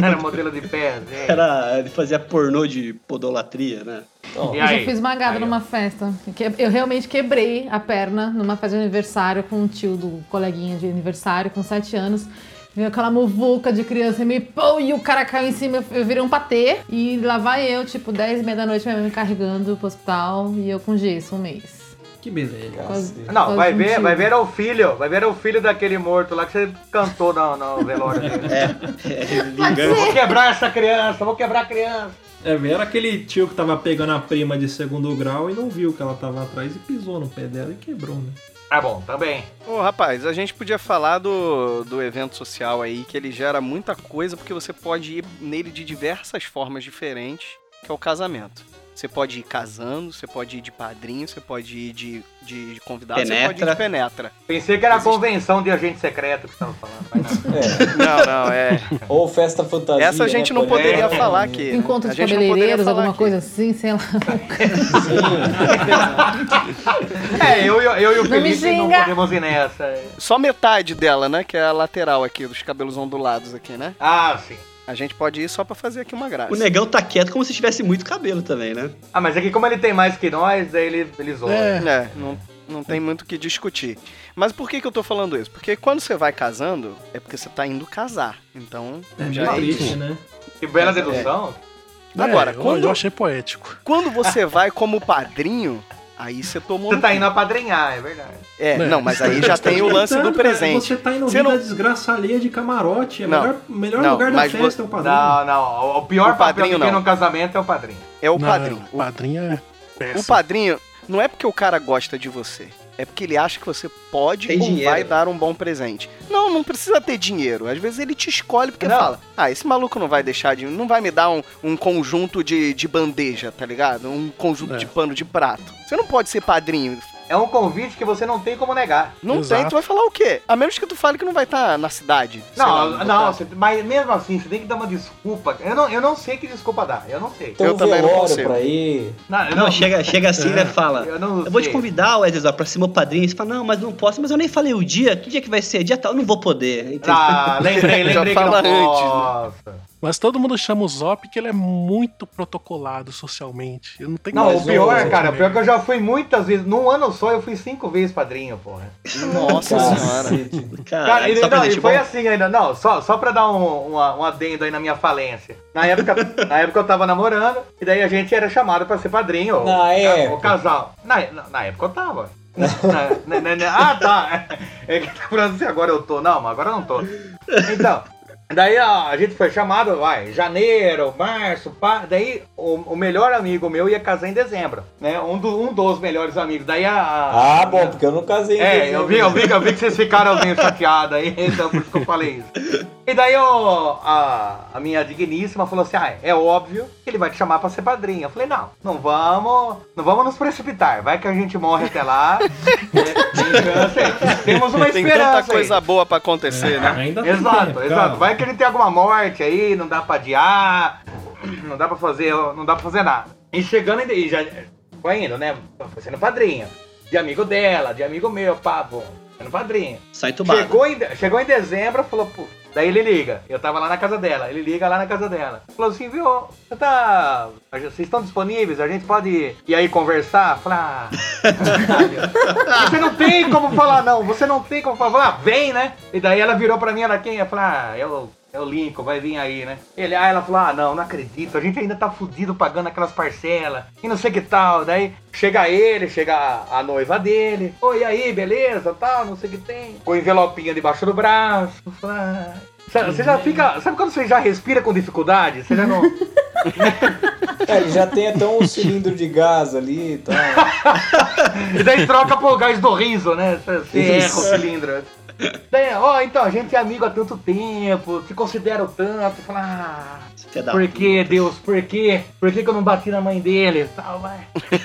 Speaker 5: Era um modelo de pés, né?
Speaker 3: Era, ele fazia pornô de podolatria, né?
Speaker 6: Então,
Speaker 5: E
Speaker 4: Eu
Speaker 5: aí?
Speaker 4: já fiz magada
Speaker 5: Aí, ó.
Speaker 4: numa festa. Que Eu realmente quebrei a perna numa festa de aniversário com um tio do coleguinha de aniversário com 7 anos. Veio aquela muvuca de criança e me pô, e o cara caiu em cima, eu- eu virei um patê. E lá vai eu, tipo, 10 e meia da noite, minha mãe me carregando pro hospital e eu com gesso um mês.
Speaker 1: Que beleza.
Speaker 4: Quase-
Speaker 5: Não,
Speaker 4: quase
Speaker 5: vai
Speaker 4: um
Speaker 5: ver,
Speaker 4: tiro.
Speaker 5: vai ver é o filho, vai ver é o filho daquele morto lá que você cantou no, no velório dele.
Speaker 3: É,
Speaker 5: Eu
Speaker 3: vingança.
Speaker 5: vou quebrar essa criança, eu vou quebrar a criança.
Speaker 1: É, velho, era aquele tio que tava pegando a prima de segundo grau e não viu que ela tava atrás e pisou no pé dela e quebrou, né?
Speaker 5: Ah, bom, também.
Speaker 2: Ô, rapaz, a gente podia falar do, do evento social aí, que ele gera muita coisa, porque você pode ir nele de diversas formas diferentes, que é o casamento. Você pode ir casando, você pode ir de padrinho, você pode ir de, de convidado, você pode ir
Speaker 3: Penetra.
Speaker 2: de penetra.
Speaker 5: Pensei que era a
Speaker 2: Existe.
Speaker 5: convenção de agente secreto que estava falando. mas não.
Speaker 6: é.
Speaker 2: Não, não, é.
Speaker 6: Ou festa fantasia.
Speaker 2: Essa a gente
Speaker 6: né,
Speaker 2: não
Speaker 6: pode-
Speaker 2: poderia
Speaker 6: É,
Speaker 2: falar aqui.
Speaker 4: Encontro
Speaker 2: a
Speaker 4: de
Speaker 2: gente não poderia
Speaker 4: cabeleireiros,
Speaker 2: falar
Speaker 4: alguma
Speaker 2: aqui.
Speaker 4: coisa assim, sei lá.
Speaker 5: É, eu, e o- eu e o
Speaker 4: Não me
Speaker 5: Felipe não
Speaker 4: xinga.
Speaker 5: podemos ir nessa. é.
Speaker 2: Só metade dela, né? Que é a lateral aqui, dos cabelos ondulados aqui, né?
Speaker 5: Ah, sim.
Speaker 2: A gente pode ir só pra fazer aqui uma graça.
Speaker 3: O negão tá quieto como se tivesse muito cabelo também, né?
Speaker 5: Ah, mas é que como ele tem mais que nós, daí ele, ele zoa.
Speaker 2: É, não, não tem muito o que discutir. Mas por que, que eu tô falando isso? Porque quando você vai casando, é porque você tá indo casar. Então,
Speaker 1: É
Speaker 2: já
Speaker 1: meio
Speaker 2: é isso.
Speaker 1: triste, né?
Speaker 5: Que bela dedução.
Speaker 2: Agora,
Speaker 7: É, eu-
Speaker 2: quando-
Speaker 7: eu achei poético.
Speaker 2: Quando você vai como padrinho, aí você tomou.
Speaker 5: Você
Speaker 2: no
Speaker 5: tá
Speaker 2: cu.
Speaker 5: indo apadrinhar, é verdade.
Speaker 2: É, não, mas aí já tem o lance do
Speaker 1: Tanto, cara,
Speaker 2: presente.
Speaker 1: Você tá indo
Speaker 2: Você
Speaker 1: rir
Speaker 2: não-
Speaker 1: da desgraça alheia de camarote. É o
Speaker 2: Não.
Speaker 1: melhor, melhor
Speaker 2: Não,
Speaker 1: lugar da
Speaker 2: mas
Speaker 1: festa
Speaker 2: você-
Speaker 1: é o padrinho.
Speaker 5: Não, não. O, o pior
Speaker 2: O
Speaker 5: papel que
Speaker 2: padrinho
Speaker 5: tem
Speaker 2: não.
Speaker 5: no casamento é o padrinho.
Speaker 2: É o
Speaker 7: Não,
Speaker 2: padrinho.
Speaker 7: O padrinho é
Speaker 2: O
Speaker 7: péssimo.
Speaker 2: padrinho não é porque o cara gosta de você. É porque ele acha que você pode
Speaker 3: Tem
Speaker 2: ou
Speaker 3: dinheiro.
Speaker 2: vai dar um bom presente. Não, não precisa ter dinheiro. Às vezes ele te escolhe porque
Speaker 5: Não.
Speaker 2: fala: Ah, esse maluco não vai deixar de. Não vai me dar um, um conjunto de, de bandeja, tá ligado? Um conjunto
Speaker 7: É.
Speaker 2: de pano de prato. Você não pode ser padrinho.
Speaker 5: É um convite que você não tem como negar.
Speaker 2: Não tem,
Speaker 7: Exato.
Speaker 2: tu vai falar o quê? A menos que tu fale que não vai estar na cidade. sei lá,
Speaker 5: Não, tá.
Speaker 2: no
Speaker 5: não,
Speaker 2: caso.
Speaker 5: você- mas mesmo assim, você tem que dar uma desculpa. Eu não, eu não sei que desculpa dar, eu não sei.
Speaker 6: Tem
Speaker 2: Eu
Speaker 6: um
Speaker 2: também não
Speaker 6: velório
Speaker 2: consigo.
Speaker 6: pra ir.
Speaker 5: Não, eu
Speaker 3: Não,
Speaker 5: Ah, não, É.
Speaker 3: chega, chega assim, né? Fala.
Speaker 5: eu não
Speaker 3: Eu vou te
Speaker 5: sei.
Speaker 3: convidar, Wesley, ó, pra ser meu padrinho. Você fala, não, mas não posso. Mas eu nem falei o dia. Que dia que vai ser? Dia tal. Eu não vou poder. Entendeu?
Speaker 5: Ah, lembrei,
Speaker 2: Já
Speaker 5: lembrei que
Speaker 2: fala
Speaker 5: não
Speaker 2: antes, né?
Speaker 5: posso.
Speaker 7: Mas todo mundo chama o Zop que ele é muito protocolado socialmente. Não tem
Speaker 5: Não,
Speaker 7: mais
Speaker 5: o pior,
Speaker 7: outro,
Speaker 5: cara, o
Speaker 7: né?
Speaker 5: pior é que eu já fui muitas vezes. Num ano só eu fui cinco vezes padrinho, porra.
Speaker 2: Nossa
Speaker 6: tá.
Speaker 2: senhora.
Speaker 6: Cacete.
Speaker 5: Cara,
Speaker 3: Cara,
Speaker 5: ele,
Speaker 3: só
Speaker 5: não,
Speaker 3: pra
Speaker 5: e
Speaker 3: gente
Speaker 5: foi
Speaker 3: bom.
Speaker 5: assim ainda. Não, só, só pra dar um, uma- um adendo aí na minha falência. Na época, na época eu tava namorando, e daí a gente era chamado pra ser padrinho.
Speaker 6: Na
Speaker 5: ou,
Speaker 6: época.
Speaker 5: ou casal. Na, na, na época eu tava. Na- na- na- na- ah, tá. É que tá falando assim, agora eu tô. Não, mas agora eu não tô. Então. Daí ó, a gente foi chamado, vai, janeiro, março, pá. Daí o, o melhor amigo meu ia casar em dezembro, né? Um, do- um dos melhores amigos. Daí a. a-
Speaker 6: Ah, bom, porque eu não casei.
Speaker 5: é, eu vi, eu vi, eu vi que vocês ficaram meio chateados aí, então por isso que eu falei isso. E daí eu- a, a minha digníssima falou assim: ah, é óbvio que ele vai te chamar pra ser padrinho. Eu falei, não, não vamos, não vamos nos precipitar. Vai que a gente morre até lá. né? Tem chance aí. Temos uma
Speaker 2: Tem
Speaker 5: esperança.
Speaker 2: tanta
Speaker 5: aí.
Speaker 2: coisa boa pra
Speaker 7: É.
Speaker 2: acontecer, né?
Speaker 1: Ainda tem tempo,
Speaker 5: Exato,
Speaker 1: calma.
Speaker 5: exato. Vai que ele tem alguma morte aí, não dá pra adiar, não dá pra fazer, não dá pra fazer nada. E chegando ainda- e já foi indo, né? Foi sendo padrinho. De amigo dela, de amigo meu, pá, bom, sendo padrinho.
Speaker 3: Sai tubado.
Speaker 5: assim, Chegou em, chegou em dezembro, falou, pô. Daí ele liga. Eu tava lá na casa dela. Ele liga lá na casa dela. Falou assim, viu? Você tá. Vocês estão disponíveis? A gente pode ir aí conversar? "Ah, Falar. você não tem como falar, não. Você não tem como falar. Falar, vem, né? E daí ela virou pra mim, ela quem? Ela falou, ah, é o, é o Lincoln, vai vir aí, né? Ele, ah, ela falou, ah, não, não acredito. A gente ainda tá fudido pagando aquelas parcelas e não sei que tal. Daí chega ele, chega a, a noiva dele. Oi, e aí, beleza, tal, não sei o que tem. Com o envelopinho debaixo do braço. Eu falei, ah. Sabe, Você já fica. Sabe quando você já respira com dificuldade? Você já não.
Speaker 6: É, ele já tem até um cilindro de gás ali e tal.
Speaker 5: E daí troca pro gás do riso, né? Você- Você erra
Speaker 6: Isso.
Speaker 5: o cilindro. Daí, ó, então, a gente é amigo há tanto tempo, te considero tanto. Fala, ah,
Speaker 3: Filha da
Speaker 5: por
Speaker 3: puta.
Speaker 5: que, Deus, por que? Por que, que eu não bati na mãe dele? e Tal, vai.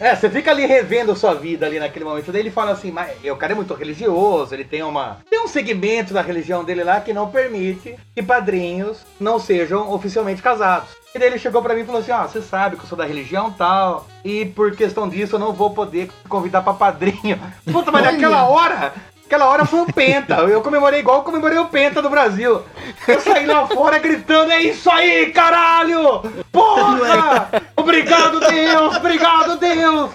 Speaker 5: É, você fica ali revendo sua vida ali naquele momento. Daí ele fala assim, mas o cara é muito religioso, ele tem uma. Tem um segmento da religião dele lá que não permite que padrinhos não sejam oficialmente casados. E daí ele chegou pra mim e falou assim, ó, você sabe que eu sou da religião tal, e por questão disso eu não vou poder te convidar pra padrinho. Puta, mas naquela hora, aquela hora foi o Penta. Eu comemorei igual eu comemorei o Penta do Brasil. Eu saí lá fora gritando, é isso aí, caralho! Porra! Obrigado, Deus! Obrigado, Deus!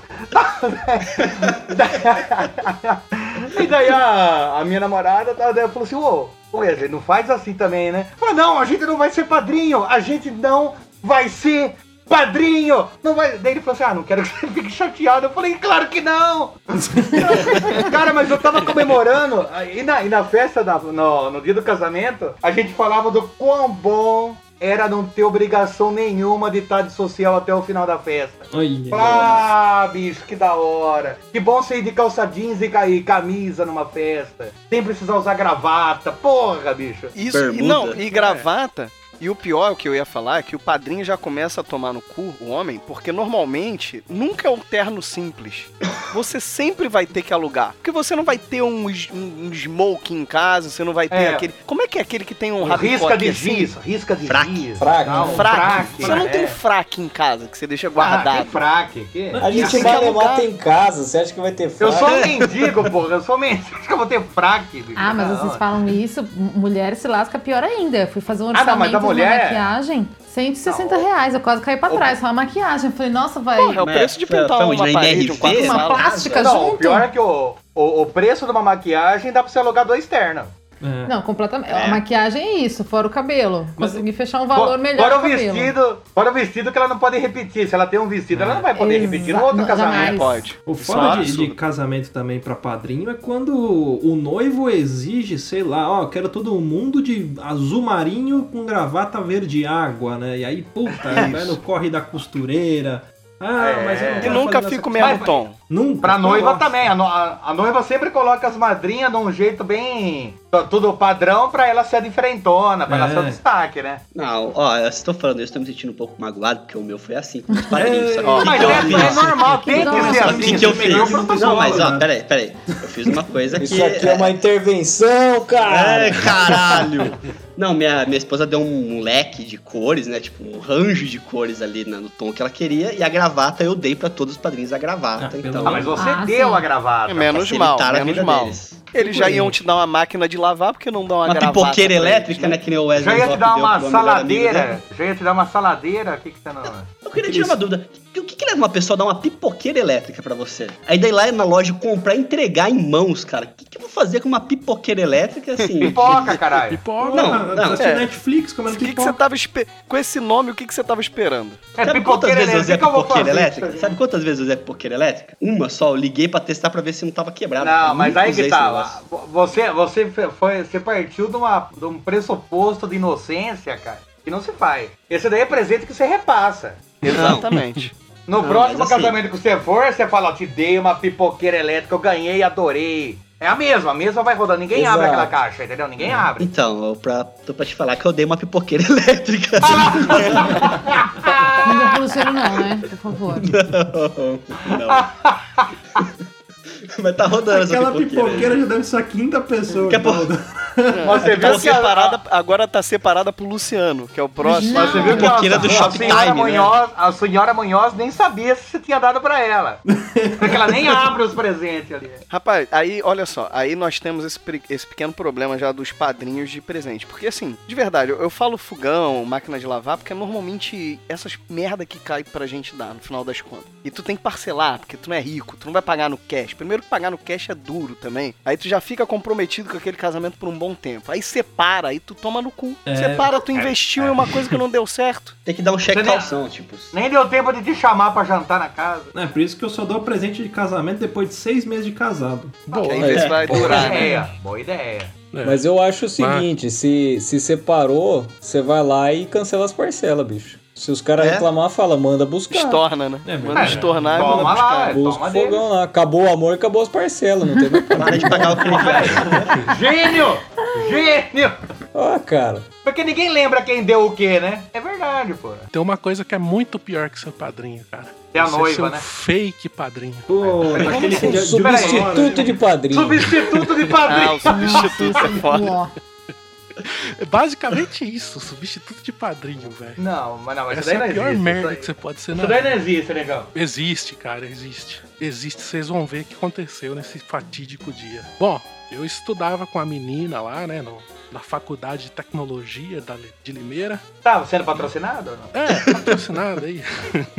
Speaker 5: e daí a, a minha namorada tá- daí falou assim, ô, Wesley, não faz assim também, né? Eu Falei, não, a gente não vai ser padrinho, a gente não vai ser padrinho! Não vai... Daí ele falou assim, ah, não quero que você fique chateado. Eu falei, claro que não! Cara, mas eu tava comemorando, e na, e na festa, da- no, no dia do casamento, a gente falava do quão bom era não ter obrigação nenhuma de estar de social até o final da festa. Ah, bicho, que da hora. Que bom você ir de calça jeans e cair camisa numa festa. Sem precisar usar gravata. Porra, bicho.
Speaker 2: Isso, e
Speaker 3: Bermuda.
Speaker 2: não, e gravata. E o pior que eu ia falar é que o padrinho já começa a tomar no cu o homem, porque normalmente nunca é um terno simples. Você sempre vai ter que alugar. Porque você não vai ter um, s- um, um smoke em casa, você não vai ter
Speaker 5: É.
Speaker 2: aquele. Como é que é aquele que tem um
Speaker 5: risca de
Speaker 2: rabicoque assim?
Speaker 5: giz, risca de
Speaker 3: Fraque.
Speaker 5: giz.
Speaker 6: Fraque.
Speaker 5: tal,
Speaker 2: Fraque.
Speaker 5: fraque,
Speaker 2: Você não tem um
Speaker 5: é.
Speaker 2: fraque em casa que você deixa
Speaker 5: Ah,
Speaker 2: guardado.
Speaker 5: que fraque. Que...
Speaker 6: A gente vai
Speaker 2: Isso que é
Speaker 6: levar
Speaker 2: lugar.
Speaker 6: até em casa, você acha que vai ter
Speaker 5: Eu
Speaker 6: fraco?
Speaker 5: sou um mendigo, porra. Eu sou um mendigo. Acho que eu vou ter fraque. bicho.
Speaker 4: Ah, mas vocês
Speaker 5: Não.
Speaker 4: falam isso, m- mulher se lasca pior ainda. Eu fui fazer um
Speaker 5: Ah,
Speaker 4: orçamento
Speaker 5: não, mas da
Speaker 4: de uma
Speaker 5: mulher-
Speaker 4: maquiagem, 160 reais. Eu quase caí pra trás, só a maquiagem. Eu Falei, nossa, vai.
Speaker 2: Porra, é o
Speaker 3: Mas
Speaker 2: preço de
Speaker 3: foi-
Speaker 2: pintar
Speaker 3: foi onde?
Speaker 2: uma
Speaker 3: Na
Speaker 2: parede, um
Speaker 3: NRV?
Speaker 2: quarto de
Speaker 4: uma
Speaker 2: sala.
Speaker 4: plástica
Speaker 5: Não, o
Speaker 4: junto?
Speaker 5: pior é que o, o, o preço de uma maquiagem dá pra você alugar dois ternos.
Speaker 1: É.
Speaker 4: Não, completamente. A maquiagem é isso, fora o cabelo.
Speaker 1: Mas-
Speaker 4: Consegui fechar um valor
Speaker 5: Fo-
Speaker 4: melhor
Speaker 5: fora
Speaker 4: do
Speaker 5: o
Speaker 4: cabelo.
Speaker 5: vestido, fora o vestido que ela não pode repetir. Se ela tem um vestido, ela não vai poder
Speaker 4: Exa-
Speaker 5: repetir no outro
Speaker 4: não,
Speaker 5: casamento.
Speaker 4: jamais.
Speaker 2: Pode.
Speaker 1: O
Speaker 2: Isso é um
Speaker 1: foda de, de
Speaker 2: absurdo.
Speaker 1: casamento também pra padrinho é quando o noivo exige, sei lá, ó, quero todo mundo de azul marinho com gravata verde água, né? E aí, puta, vai no corre da costureira. Ah,
Speaker 5: É.
Speaker 1: mas eu não
Speaker 2: E
Speaker 1: quero
Speaker 2: nunca
Speaker 1: fazer
Speaker 2: fica o
Speaker 1: essa-
Speaker 2: mesmo
Speaker 5: Mas-
Speaker 2: tom.
Speaker 1: Nunca.
Speaker 5: Pra noiva tá
Speaker 1: Nossa.
Speaker 5: também. A, no- a- a noiva sempre coloca as madrinhas de um jeito bem. t- Tudo padrão pra ela ser a diferentona, pra ela
Speaker 1: É.
Speaker 5: ser o destaque, né?
Speaker 3: Não, ó, eu estou falando, eu estou me sentindo um pouco magoado, porque o meu foi assim, com os padrinhos. só que
Speaker 2: Ó,
Speaker 3: o que
Speaker 5: É, Mas
Speaker 3: que então, eu
Speaker 5: é,
Speaker 3: fiz?
Speaker 5: é normal, tem que
Speaker 4: Nossa,
Speaker 5: ser
Speaker 3: Só que
Speaker 5: assim.
Speaker 3: o que, que
Speaker 5: tem que
Speaker 3: eu
Speaker 5: ter um
Speaker 3: fiz? Não,
Speaker 5: protocolo,
Speaker 3: mas ó,
Speaker 5: né?
Speaker 3: peraí, peraí. Eu fiz uma coisa que.
Speaker 6: Isso aqui é uma intervenção, cara!
Speaker 3: É, caralho! Não, minha, minha esposa deu um leque de cores, né? Tipo, um range de cores ali na- no tom que ela queria. E a gravata eu dei pra todos os padrinhos a
Speaker 1: Ah,
Speaker 3: gravata.
Speaker 1: pelo
Speaker 3: então.
Speaker 1: amor
Speaker 5: Ah, mas você
Speaker 4: Ah,
Speaker 5: deu
Speaker 4: sim.
Speaker 5: a gravata.
Speaker 2: É menos mal,
Speaker 3: facilitaram a
Speaker 2: menos
Speaker 3: vida
Speaker 2: mal.
Speaker 3: deles.
Speaker 2: Eles já iam te dar uma máquina de lavar, porque não dá uma,
Speaker 3: Uma
Speaker 2: gravata
Speaker 3: pipoqueira
Speaker 2: pra eles,
Speaker 3: elétrica,
Speaker 2: né?
Speaker 3: né? Que nem o Wesley
Speaker 5: Já ia te
Speaker 3: Zop
Speaker 5: dar
Speaker 3: deu
Speaker 5: uma
Speaker 3: pro melhor amigo né? dele.
Speaker 5: saladeira. Já ia te dar uma saladeira. O que tá que você não...
Speaker 3: Eu queria tirar uma dúvida. O que, que leva uma pessoa a dar uma pipoqueira elétrica pra você? Aí daí lá é na loja comprar e entregar em mãos, cara. O que, que eu vou fazer com uma pipoqueira elétrica assim?
Speaker 5: Pipoca, caralho.
Speaker 7: Pipoca.
Speaker 3: Não, não.
Speaker 1: Assistiu Netflix comendo
Speaker 2: O é. que, que você
Speaker 1: pipoca.
Speaker 2: tava espe- Com esse nome, o que, que você tava esperando?
Speaker 5: É
Speaker 3: Sabe quantas
Speaker 5: pipoqueira
Speaker 3: vezes eu
Speaker 5: elétrica.
Speaker 3: usei a
Speaker 5: O que eu vou fazer?
Speaker 3: pipoqueira elétrica?
Speaker 5: isso
Speaker 3: Sabe
Speaker 5: aí?
Speaker 3: quantas vezes eu usei a pipoqueira elétrica? Uma só, eu liguei pra testar pra ver se não tava quebrado.
Speaker 5: Não,
Speaker 3: cara.
Speaker 5: mas
Speaker 3: Nunca
Speaker 5: aí
Speaker 3: usei
Speaker 5: que
Speaker 3: esse
Speaker 5: tá.
Speaker 3: negócio.
Speaker 5: Você, você, foi, você partiu de, uma, de um pressuposto de inocência, cara, que não se faz. Esse daí é presente que você repassa.
Speaker 2: Exatamente.
Speaker 5: No
Speaker 3: Não,
Speaker 5: próximo
Speaker 3: mas assim-
Speaker 5: casamento que você for, você fala, ó, te dei uma pipoqueira elétrica, eu ganhei, adorei. É a mesma, a mesma vai rodando. Ninguém
Speaker 6: Exato.
Speaker 5: abre aquela caixa, entendeu? Ninguém abre.
Speaker 3: Então, eu pra, tô pra te falar que eu dei uma pipoqueira elétrica.
Speaker 5: Ah,
Speaker 4: Não deu pro Luciano, não, né? Por favor.
Speaker 3: não. mas tá rodando essa
Speaker 1: Aquela
Speaker 3: pipoqueira.
Speaker 1: pipoqueira já deve ser a quinta pessoa.
Speaker 3: Daqui a
Speaker 1: que
Speaker 3: pouco-
Speaker 1: tá rodando.
Speaker 5: Mas você
Speaker 2: Tá
Speaker 5: viu que a,
Speaker 2: separada, agora tá separada pro Luciano, que é o próximo.
Speaker 5: mas você viu que
Speaker 3: Pipoqueira
Speaker 5: a,
Speaker 3: um do
Speaker 5: a
Speaker 3: Shoptime,
Speaker 5: senhora
Speaker 3: né?
Speaker 5: Munhoz, a senhora Munhoz nem sabia se você tinha dado pra ela. Porque ela nem abre os presentes ali.
Speaker 2: Rapaz, aí, olha só, aí nós temos esse, pre- esse pequeno problema já dos padrinhos de presente. Porque, assim, de verdade, eu, eu falo fogão, máquina de lavar, porque normalmente essas merda que cai pra gente dar, no final das contas. E tu tem que parcelar, porque tu não é rico, tu não vai pagar no cash. Primeiro que pagar no cash é duro também. Aí tu já fica comprometido com aquele casamento por um bom tempo. Aí separa, aí tu toma no cu. Separa, tu investiu em uma coisa que não deu certo.
Speaker 3: Tem que dar um cheque
Speaker 5: Entendeu?
Speaker 3: calção, tipo.
Speaker 5: Nem deu tempo de te chamar pra jantar na casa.
Speaker 1: É, por isso que eu só dou presente de casamento depois de seis meses de casado.
Speaker 2: Que
Speaker 7: Boa,
Speaker 2: aí vê se vai
Speaker 5: Boa
Speaker 2: durar, né?
Speaker 5: ideia, boa ideia.
Speaker 7: É.
Speaker 6: Mas eu acho o seguinte, se, se separou, você vai lá e cancela as parcelas, bicho. Se os caras
Speaker 3: É?
Speaker 6: reclamar, fala, manda buscar.
Speaker 2: Estorna, né?
Speaker 1: É verdade.
Speaker 2: Manda estornar e
Speaker 5: Toma
Speaker 2: manda
Speaker 5: lá,
Speaker 2: buscar.
Speaker 6: Busca
Speaker 5: Toma
Speaker 6: o fogão
Speaker 5: deles.
Speaker 6: lá. Acabou o amor, acabou as parcelas, não teve
Speaker 3: Para de
Speaker 5: É,
Speaker 3: pagar o crediário.
Speaker 5: Gênio! Gênio!
Speaker 6: Ó, cara.
Speaker 5: Porque ninguém lembra quem deu o quê, né? É verdade, pô.
Speaker 7: Tem uma coisa que é muito pior que seu padrinho, cara.
Speaker 5: É a
Speaker 7: Você
Speaker 5: noiva,
Speaker 7: ser um
Speaker 5: né?
Speaker 7: fake padrinho.
Speaker 1: Pô, aquele
Speaker 2: assim?
Speaker 1: que de- de uma hora,
Speaker 6: tipo Substituto de padrinho.
Speaker 5: tipo Substituto de
Speaker 2: Ah, o
Speaker 5: padrinho.
Speaker 2: substituto é foda.
Speaker 4: Ó,
Speaker 7: É basicamente isso, substituto de padrinho, velho.
Speaker 5: Não, mas não, mas isso
Speaker 7: Essa
Speaker 5: daí não
Speaker 7: é a pior
Speaker 5: existe.
Speaker 7: merda que
Speaker 5: isso,
Speaker 7: você pode ser
Speaker 5: daí,
Speaker 7: na
Speaker 5: isso daí não existe, negão.
Speaker 7: Existe, cara, existe. Existe, vocês vão ver o que aconteceu nesse fatídico dia. Bom, eu estudava com a menina lá, né, no- na faculdade de tecnologia da, Li- de Limeira.
Speaker 5: Tá sendo patrocinado ou não?
Speaker 7: É, patrocinado aí.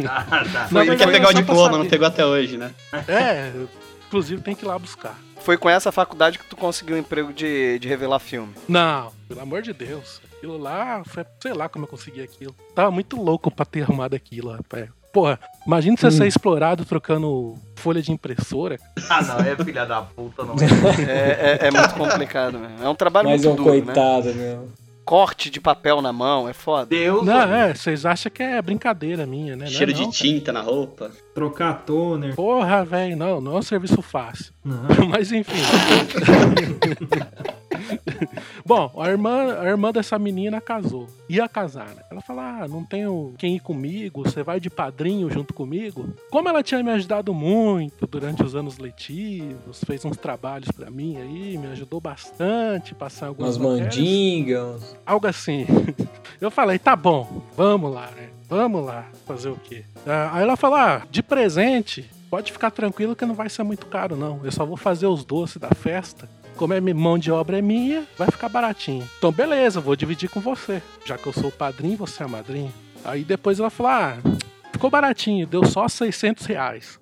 Speaker 5: Ah, tá.
Speaker 3: Mas ele
Speaker 7: foi
Speaker 3: quer pegar o
Speaker 7: só pra
Speaker 3: diploma,
Speaker 7: saber.
Speaker 3: não pegou até hoje, né?
Speaker 7: É, inclusive tem que ir lá buscar.
Speaker 2: Foi com essa faculdade que tu conseguiu o emprego de, de revelar filme.
Speaker 7: Não, pelo amor de Deus. Aquilo lá, foi, sei lá como eu consegui aquilo. Tava muito louco pra ter arrumado aquilo, rapaz. Porra, imagina você ser explorado trocando folha de impressora.
Speaker 5: Ah, não, é filha da puta, não. é.
Speaker 2: É, é- é muito complicado, né? É um trabalho
Speaker 6: Mas é um
Speaker 2: muito duro, né?
Speaker 6: coitado, meu.
Speaker 2: Corte de papel na mão é foda.
Speaker 5: Deus.
Speaker 7: Não,
Speaker 5: olha.
Speaker 7: é, vocês acham que é brincadeira minha, né? Não é
Speaker 3: Cheiro de
Speaker 7: não,
Speaker 3: tinta na roupa.
Speaker 1: Trocar toner.
Speaker 7: Porra, velho, não, não é um serviço fácil.
Speaker 1: Não.
Speaker 7: Mas enfim. Bom, a irmã, a irmã dessa menina casou. Ia casar, né? Ela falou: Ah, não tenho quem ir comigo, você vai de padrinho junto comigo? Como ela tinha me ajudado muito durante os anos letivos, fez uns trabalhos pra mim aí, me ajudou bastante, passar algumas
Speaker 6: Umas
Speaker 7: matérias,
Speaker 2: Ah,
Speaker 6: mandingas.
Speaker 7: Algo assim. Eu falei, tá bom, vamos lá, né? Vamos lá, fazer o quê? Ah, Aí ela falou, ah, de presente, pode ficar tranquilo que não vai ser muito caro, não. Eu só vou fazer os doces da festa. Como é minha mão de obra é minha, vai ficar baratinho. Então, beleza, vou dividir com você. Já que eu sou o padrinho, você é a madrinha. Aí depois ela falou, ah, ficou baratinho, deu só 600 reais.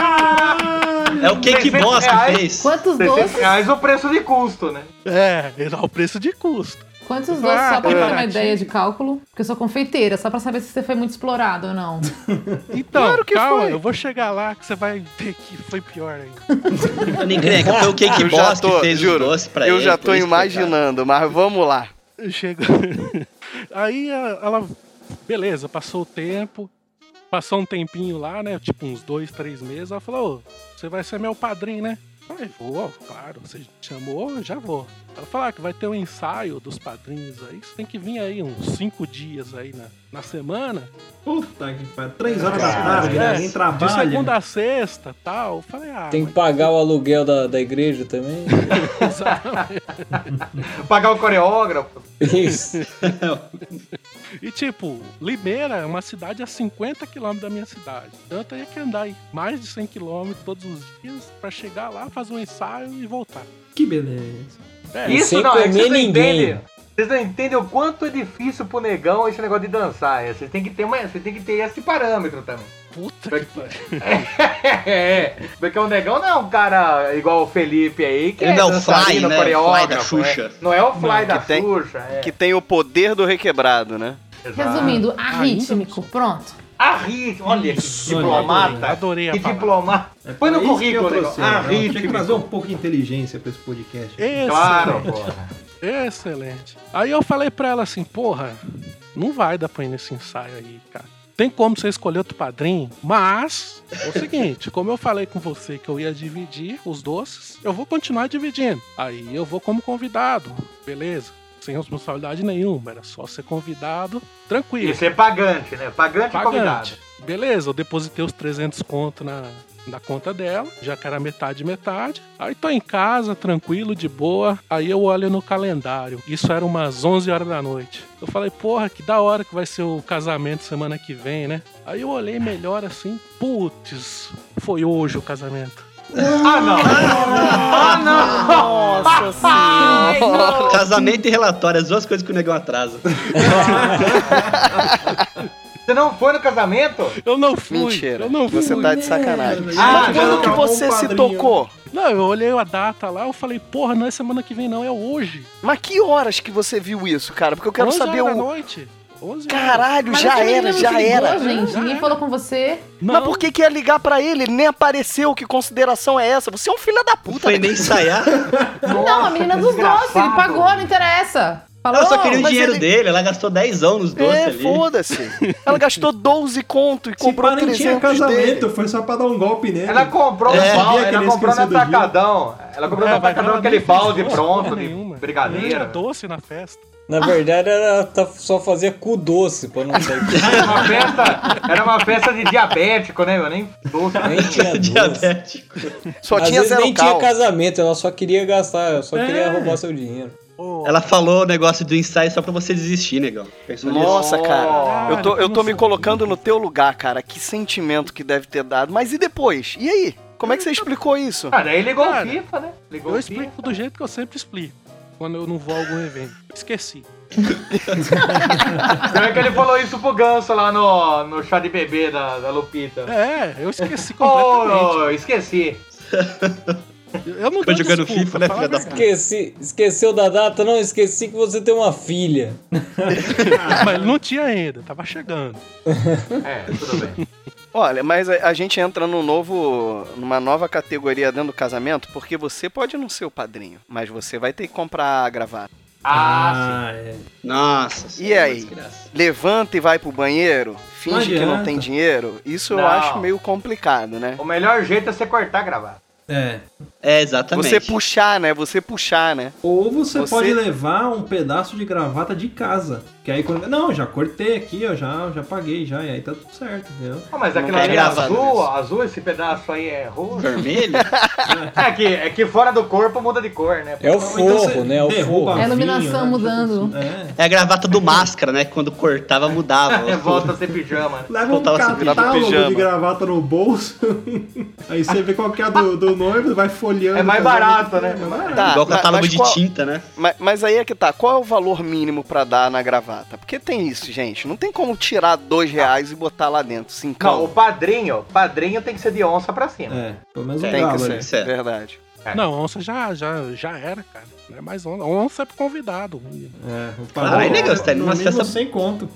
Speaker 3: Caralho! É o Cake
Speaker 5: 300
Speaker 3: Boss que
Speaker 5: reais.
Speaker 3: fez.
Speaker 4: quantos
Speaker 5: 60
Speaker 4: doces?
Speaker 5: reais o preço de custo, né?
Speaker 7: É, era o preço de custo.
Speaker 4: Quantos doces, só pra
Speaker 7: Ah,
Speaker 4: ter uma
Speaker 7: é.
Speaker 4: ideia de cálculo? Porque eu sou confeiteira, só pra saber se você foi muito explorado ou não.
Speaker 7: Então,
Speaker 2: que
Speaker 7: calma,
Speaker 2: foi.
Speaker 7: eu vou chegar lá que você vai ver que foi pior ainda.
Speaker 3: Nem creca, foi o Cake
Speaker 2: Eu já
Speaker 3: Boss
Speaker 2: tô,
Speaker 3: que fez
Speaker 2: juro,
Speaker 3: os doces pra
Speaker 2: eu
Speaker 3: ele.
Speaker 2: já
Speaker 3: por
Speaker 2: tô
Speaker 3: isso que,
Speaker 2: imaginando, mas vamos lá.
Speaker 7: Chega. Aí a- ela. Beleza, passou o tempo. Passou um tempinho lá, né? Tipo uns dois, três meses. Ela falou: "Ô, Você vai ser meu padrinho, né? Aí, vou, claro. Você chamou, já vou. Ela falou ah, que vai ter um ensaio dos padrinhos aí. Você tem que vir aí uns cinco dias aí na, na semana.
Speaker 1: Puta que pariu. Três horas da
Speaker 6: Caralho.
Speaker 1: tarde, né? ninguém
Speaker 7: de
Speaker 1: trabalha.
Speaker 7: segunda a sexta tal. Eu falei: Ah,
Speaker 6: Tem que
Speaker 7: mas-
Speaker 6: pagar o aluguel da, da igreja também.
Speaker 5: Pagar o coreógrafo.
Speaker 6: Isso.
Speaker 3: cara.
Speaker 7: E tipo, Limeira é uma cidade a 50 quilômetros da minha cidade. Então eu teria que andar aí mais de 100 quilômetros todos os dias pra chegar lá, fazer um ensaio e voltar.
Speaker 1: Que beleza.
Speaker 7: É,
Speaker 5: Isso
Speaker 6: sem
Speaker 5: não, é que
Speaker 6: comer
Speaker 5: vocês não
Speaker 6: ninguém.
Speaker 5: entendem. Vocês não entendem o quanto é difícil pro negão esse negócio de dançar. é. Vocês têm que ter, uma, vocês têm que ter esse parâmetro também.
Speaker 7: puta
Speaker 5: Pra-
Speaker 7: que pariu.
Speaker 5: é, porque o negão não é um cara igual o Felipe aí, que
Speaker 3: Ele
Speaker 5: é
Speaker 3: não é o Fly,
Speaker 5: dançarino,
Speaker 3: né? O Fly da
Speaker 5: coreógrafo.
Speaker 3: Xuxa.
Speaker 5: é. Não é o Fly
Speaker 7: Não,
Speaker 5: da
Speaker 2: que tem-
Speaker 5: Xuxa. É.
Speaker 2: Que tem o poder do requebrado, né?
Speaker 5: Exato.
Speaker 4: Resumindo, arrítmico. Pronto.
Speaker 5: Arrit, olha que
Speaker 1: Isso, olha,
Speaker 5: diplomata.
Speaker 7: Adorei a
Speaker 5: Que
Speaker 7: palavra.
Speaker 5: diplomata.
Speaker 1: É
Speaker 5: Põe no
Speaker 1: pra isso que eu
Speaker 5: currículo, Ah, negão.
Speaker 1: trouxe, né? Eu Tinha que trazer
Speaker 5: Arrit.
Speaker 1: um pouco de inteligência pra esse podcast.
Speaker 7: Excelente,
Speaker 5: Claro, porra.
Speaker 7: excelente. Aí eu falei pra ela assim, porra, não vai dar pra ir nesse ensaio aí, cara. Tem como você escolher outro padrinho, mas é o seguinte, como eu falei com você que eu ia dividir os doces, eu vou continuar dividindo. Aí eu vou como convidado, beleza? Sem responsabilidade nenhuma, era só ser convidado, tranquilo.
Speaker 5: Isso é pagante, né? Pagante, e convidado.
Speaker 7: Pagante. Beleza, eu depositei os 300 conto na, na conta dela, já que era metade, metade. Aí tô em casa, tranquilo, de boa. Aí eu olho no calendário. Isso era umas 11 horas da noite. Eu falei, porra, que da hora que vai ser o casamento semana que vem, né? Aí eu olhei melhor assim, putz, foi hoje o casamento.
Speaker 5: Ah, não. Ah, não.
Speaker 2: Nossa senhora!
Speaker 3: Casamento e relatório, as duas coisas que o negão atrasa.
Speaker 5: Você não foi no casamento?
Speaker 7: Eu não fui.
Speaker 2: Mentira.
Speaker 7: Eu não fui.
Speaker 2: Você tá de sacanagem.
Speaker 5: Ah,
Speaker 2: Mas quando
Speaker 5: não,
Speaker 2: que
Speaker 5: arrumou
Speaker 2: você
Speaker 1: um
Speaker 2: se
Speaker 1: padrinho.
Speaker 2: tocou?
Speaker 7: Não, eu olhei a data lá, eu falei, porra, não é semana que vem, não, é hoje.
Speaker 2: Mas que horas que você viu isso, cara? Porque eu quero
Speaker 7: 11
Speaker 2: saber
Speaker 7: horas da
Speaker 2: o.
Speaker 7: é noite. 11 horas.
Speaker 2: Caralho,
Speaker 4: Mas esse
Speaker 2: já
Speaker 4: menino
Speaker 2: era,
Speaker 4: não
Speaker 2: já
Speaker 4: te ligou,
Speaker 2: era.
Speaker 4: Gente,
Speaker 7: Já
Speaker 4: ninguém
Speaker 7: era.
Speaker 4: falou com você.
Speaker 2: Mas por que, que ia ligar pra ele? Ele nem apareceu. Que consideração é essa? Você é um filho da
Speaker 3: Não
Speaker 2: puta.
Speaker 3: foi nem ensaiar.
Speaker 4: não, a menina dos doces, ele pagou, não interessa. Falou,
Speaker 3: Ela só queria o
Speaker 2: mas
Speaker 3: dinheiro
Speaker 2: ele-
Speaker 3: dele, ela gastou 10 anos nos doces
Speaker 2: É,
Speaker 3: ali.
Speaker 2: foda-se. Ela gastou 12 conto e
Speaker 1: Se
Speaker 2: comprou
Speaker 1: pá, nem tinha
Speaker 2: 300
Speaker 1: casamento,
Speaker 2: dele.
Speaker 1: foi só pra dar um golpe nele.
Speaker 5: Ela comprou
Speaker 1: É,
Speaker 5: um balde,
Speaker 1: sabia que
Speaker 5: ela
Speaker 1: ele
Speaker 5: comprou no
Speaker 1: esqueceu do dia.
Speaker 5: atacadão. Ela comprou no
Speaker 7: É, vai
Speaker 5: atacadão
Speaker 7: falar,
Speaker 5: aquele
Speaker 7: nem fez
Speaker 5: balde
Speaker 7: doce,
Speaker 5: pronto
Speaker 7: porra
Speaker 5: de
Speaker 7: nenhuma. Não tinha
Speaker 5: brigadeiro.
Speaker 7: doce na festa.
Speaker 6: Na verdade, ela tá- só fazia cu doce pra não sair.
Speaker 5: Era uma festa, era uma festa de diabético, né, meu? Nem doce.
Speaker 6: Nem tinha doce.
Speaker 3: Diabético.
Speaker 2: Só
Speaker 6: Às
Speaker 2: tinha
Speaker 6: vezes
Speaker 2: zero
Speaker 6: nem
Speaker 2: cal.
Speaker 6: tinha casamento, ela só queria gastar, ela só
Speaker 1: É.
Speaker 6: queria roubar seu dinheiro.
Speaker 7: Ô,
Speaker 3: Ela falou o negócio do ensaio só pra você desistir, negão. Pensou nisso?
Speaker 2: Nossa, cara. Eu tô, eu tô me
Speaker 7: Nossa.
Speaker 2: colocando no teu lugar, cara. Que sentimento que deve ter dado. Mas e depois? E aí? Como é que você explicou isso?
Speaker 5: Cara, aí ligou
Speaker 7: Cara,
Speaker 5: o FIFA, né? Ligou
Speaker 7: Eu
Speaker 5: o FIFA.
Speaker 7: explico do jeito que eu sempre explico. Quando eu não vou a algum evento. Esqueci.
Speaker 5: Como é que ele falou isso pro Ganso lá no, no chá de bebê da, da Lupita?
Speaker 7: É, eu esqueci
Speaker 5: Oh,
Speaker 7: completamente.
Speaker 5: eu esqueci.
Speaker 7: Eu não
Speaker 3: Ficou
Speaker 7: dou
Speaker 3: jogando
Speaker 7: desculpa,
Speaker 3: FIFA, né,
Speaker 7: fala a
Speaker 3: filha da
Speaker 7: verdade.
Speaker 6: Esqueci, esqueceu da data? Não, esqueci que você tem uma filha.
Speaker 7: Mas ele não tinha ainda, tava chegando.
Speaker 5: É, tudo bem.
Speaker 2: Olha, mas a, a gente entra num novo, numa nova categoria dentro do casamento, porque você pode não ser o padrinho, mas você vai ter que comprar a gravata.
Speaker 5: Ah,
Speaker 1: é.
Speaker 3: Nossa.
Speaker 2: E aí?
Speaker 3: desgraça.
Speaker 2: Levanta e vai pro banheiro,
Speaker 1: Não
Speaker 2: finge que não
Speaker 1: adianta.
Speaker 2: tem dinheiro. Isso eu
Speaker 5: Não.
Speaker 2: acho meio complicado, né?
Speaker 7: Ah.
Speaker 5: sim. O melhor jeito é você cortar a gravata.
Speaker 1: É.
Speaker 3: É, exatamente.
Speaker 2: Você puxar, né? Você puxar, né?
Speaker 1: Ou você,
Speaker 2: Você-
Speaker 1: pode levar um pedaço de gravata de casa. Que aí quando. Não, já cortei aqui, ó, já, já paguei já, e aí tá tudo certo, entendeu?
Speaker 5: Ah, mas
Speaker 2: Não
Speaker 5: aquilo
Speaker 2: tá
Speaker 5: ali é
Speaker 3: gravado
Speaker 5: azul,
Speaker 3: isso.
Speaker 5: azul esse pedaço aí é roxo.
Speaker 3: Vermelho?
Speaker 5: É que, é que fora do corpo muda de cor, né?
Speaker 6: É o
Speaker 1: Ou então você
Speaker 6: forro, né? É o
Speaker 1: derruba
Speaker 6: forro.
Speaker 1: vinho,
Speaker 4: É a iluminação
Speaker 1: né?
Speaker 4: mudando.
Speaker 1: É.
Speaker 3: É a gravata do máscara, né? Quando cortava, mudava.
Speaker 5: É, volta a ser pijama, né?
Speaker 1: Leva um
Speaker 3: Voltava a se virar
Speaker 2: pro
Speaker 1: catálogo
Speaker 2: pijama.
Speaker 1: de gravata no bolso. aí você vê qual que é a do, do noivo, vai folheando.
Speaker 5: É mais
Speaker 1: cada um.
Speaker 5: barato, né?
Speaker 1: É mais barato.
Speaker 2: Tá,
Speaker 3: Igual
Speaker 2: ma-
Speaker 3: catálogo
Speaker 2: mas
Speaker 3: de
Speaker 2: qual-
Speaker 3: tinta, né?
Speaker 2: Mas, mas aí é que tá, qual é o valor mínimo pra dar na gravata? Porque tem isso, gente. Não tem como tirar dois reais e botar lá dentro,
Speaker 5: Não, o
Speaker 2: cinco.
Speaker 5: padrinho, padrinho tem que ser de onça pra cima.
Speaker 1: É, pelo menos um
Speaker 2: Tem que
Speaker 1: galo ali.
Speaker 2: ser,
Speaker 3: isso é.
Speaker 2: verdade.
Speaker 5: É.
Speaker 7: Não, onça já, já, já era, cara. Não é mais onça. Onça é pro convidado. Não,
Speaker 1: É, o
Speaker 3: Ah, aí, negão, você tá indo
Speaker 1: no
Speaker 3: numa
Speaker 1: mínimo
Speaker 3: festa-
Speaker 1: sem conto.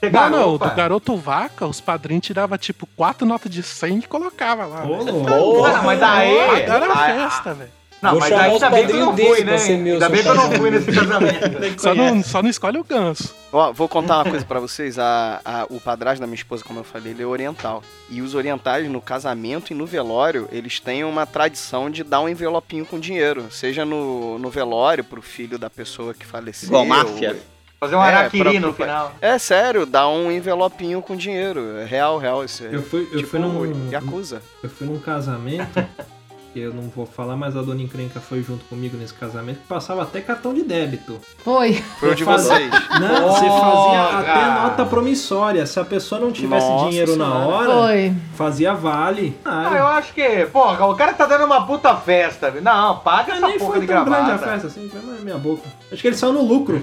Speaker 5: Você
Speaker 7: não,
Speaker 5: garupa.
Speaker 7: do garoto vaca, os padrinhos tiravam tipo quatro notas de 100 e colocava lá.
Speaker 1: Ô,
Speaker 7: velho.
Speaker 1: louco.
Speaker 5: Não, mas aí.
Speaker 7: Era uma
Speaker 5: aí-
Speaker 7: festa, velho.
Speaker 5: Não,
Speaker 6: Vou
Speaker 5: mas
Speaker 6: chamar
Speaker 5: aí
Speaker 6: os
Speaker 5: ainda bem que eu não fui,
Speaker 6: padrinhos desse
Speaker 5: né?
Speaker 6: pra ser meu
Speaker 5: Ainda bem que eu não fui nesse casamento. né?
Speaker 1: Você
Speaker 7: Só
Speaker 1: conhece.
Speaker 7: não, só não escolhe o ganso.
Speaker 2: Ó, vou contar uma coisa pra vocês. A, a- o padrasto da minha esposa, como eu falei, ele é oriental. E os orientais, no casamento e no velório, eles têm uma tradição de dar um envelopinho com dinheiro. Seja no, no velório, pro filho da pessoa que faleceu.
Speaker 3: Igual máfia.
Speaker 5: Fazer um
Speaker 2: É,
Speaker 5: araquiri
Speaker 2: pra-
Speaker 5: no final.
Speaker 2: É sério, dá um envelopinho com dinheiro. É real, real isso. aí.
Speaker 1: Eu fui, eu
Speaker 2: tipo,
Speaker 1: fui num.
Speaker 2: Yakuza.
Speaker 1: Eu fui num casamento que eu não vou falar, mas a dona encrenca foi junto comigo nesse casamento, que passava até cartão de débito.
Speaker 4: Foi.
Speaker 2: Foi um o de vocês.
Speaker 1: Não, você fazia
Speaker 5: Porra!
Speaker 1: até nota promissória. Se a pessoa não tivesse
Speaker 2: Nossa
Speaker 1: dinheiro na
Speaker 2: Senhora.
Speaker 1: hora,
Speaker 4: Foi.
Speaker 1: fazia vale.
Speaker 5: Ah, eu
Speaker 1: Ah,
Speaker 5: acho que, porra, o cara tá dando uma puta festa. viu? Não, paga essa
Speaker 1: nem
Speaker 5: porra de
Speaker 1: foi tão grande a
Speaker 5: gravata.
Speaker 1: festa assim, mas minha boca. Acho que ele saiu no lucro.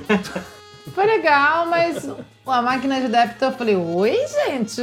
Speaker 4: Foi legal, mas a máquina de débito eu falei, oi, gente.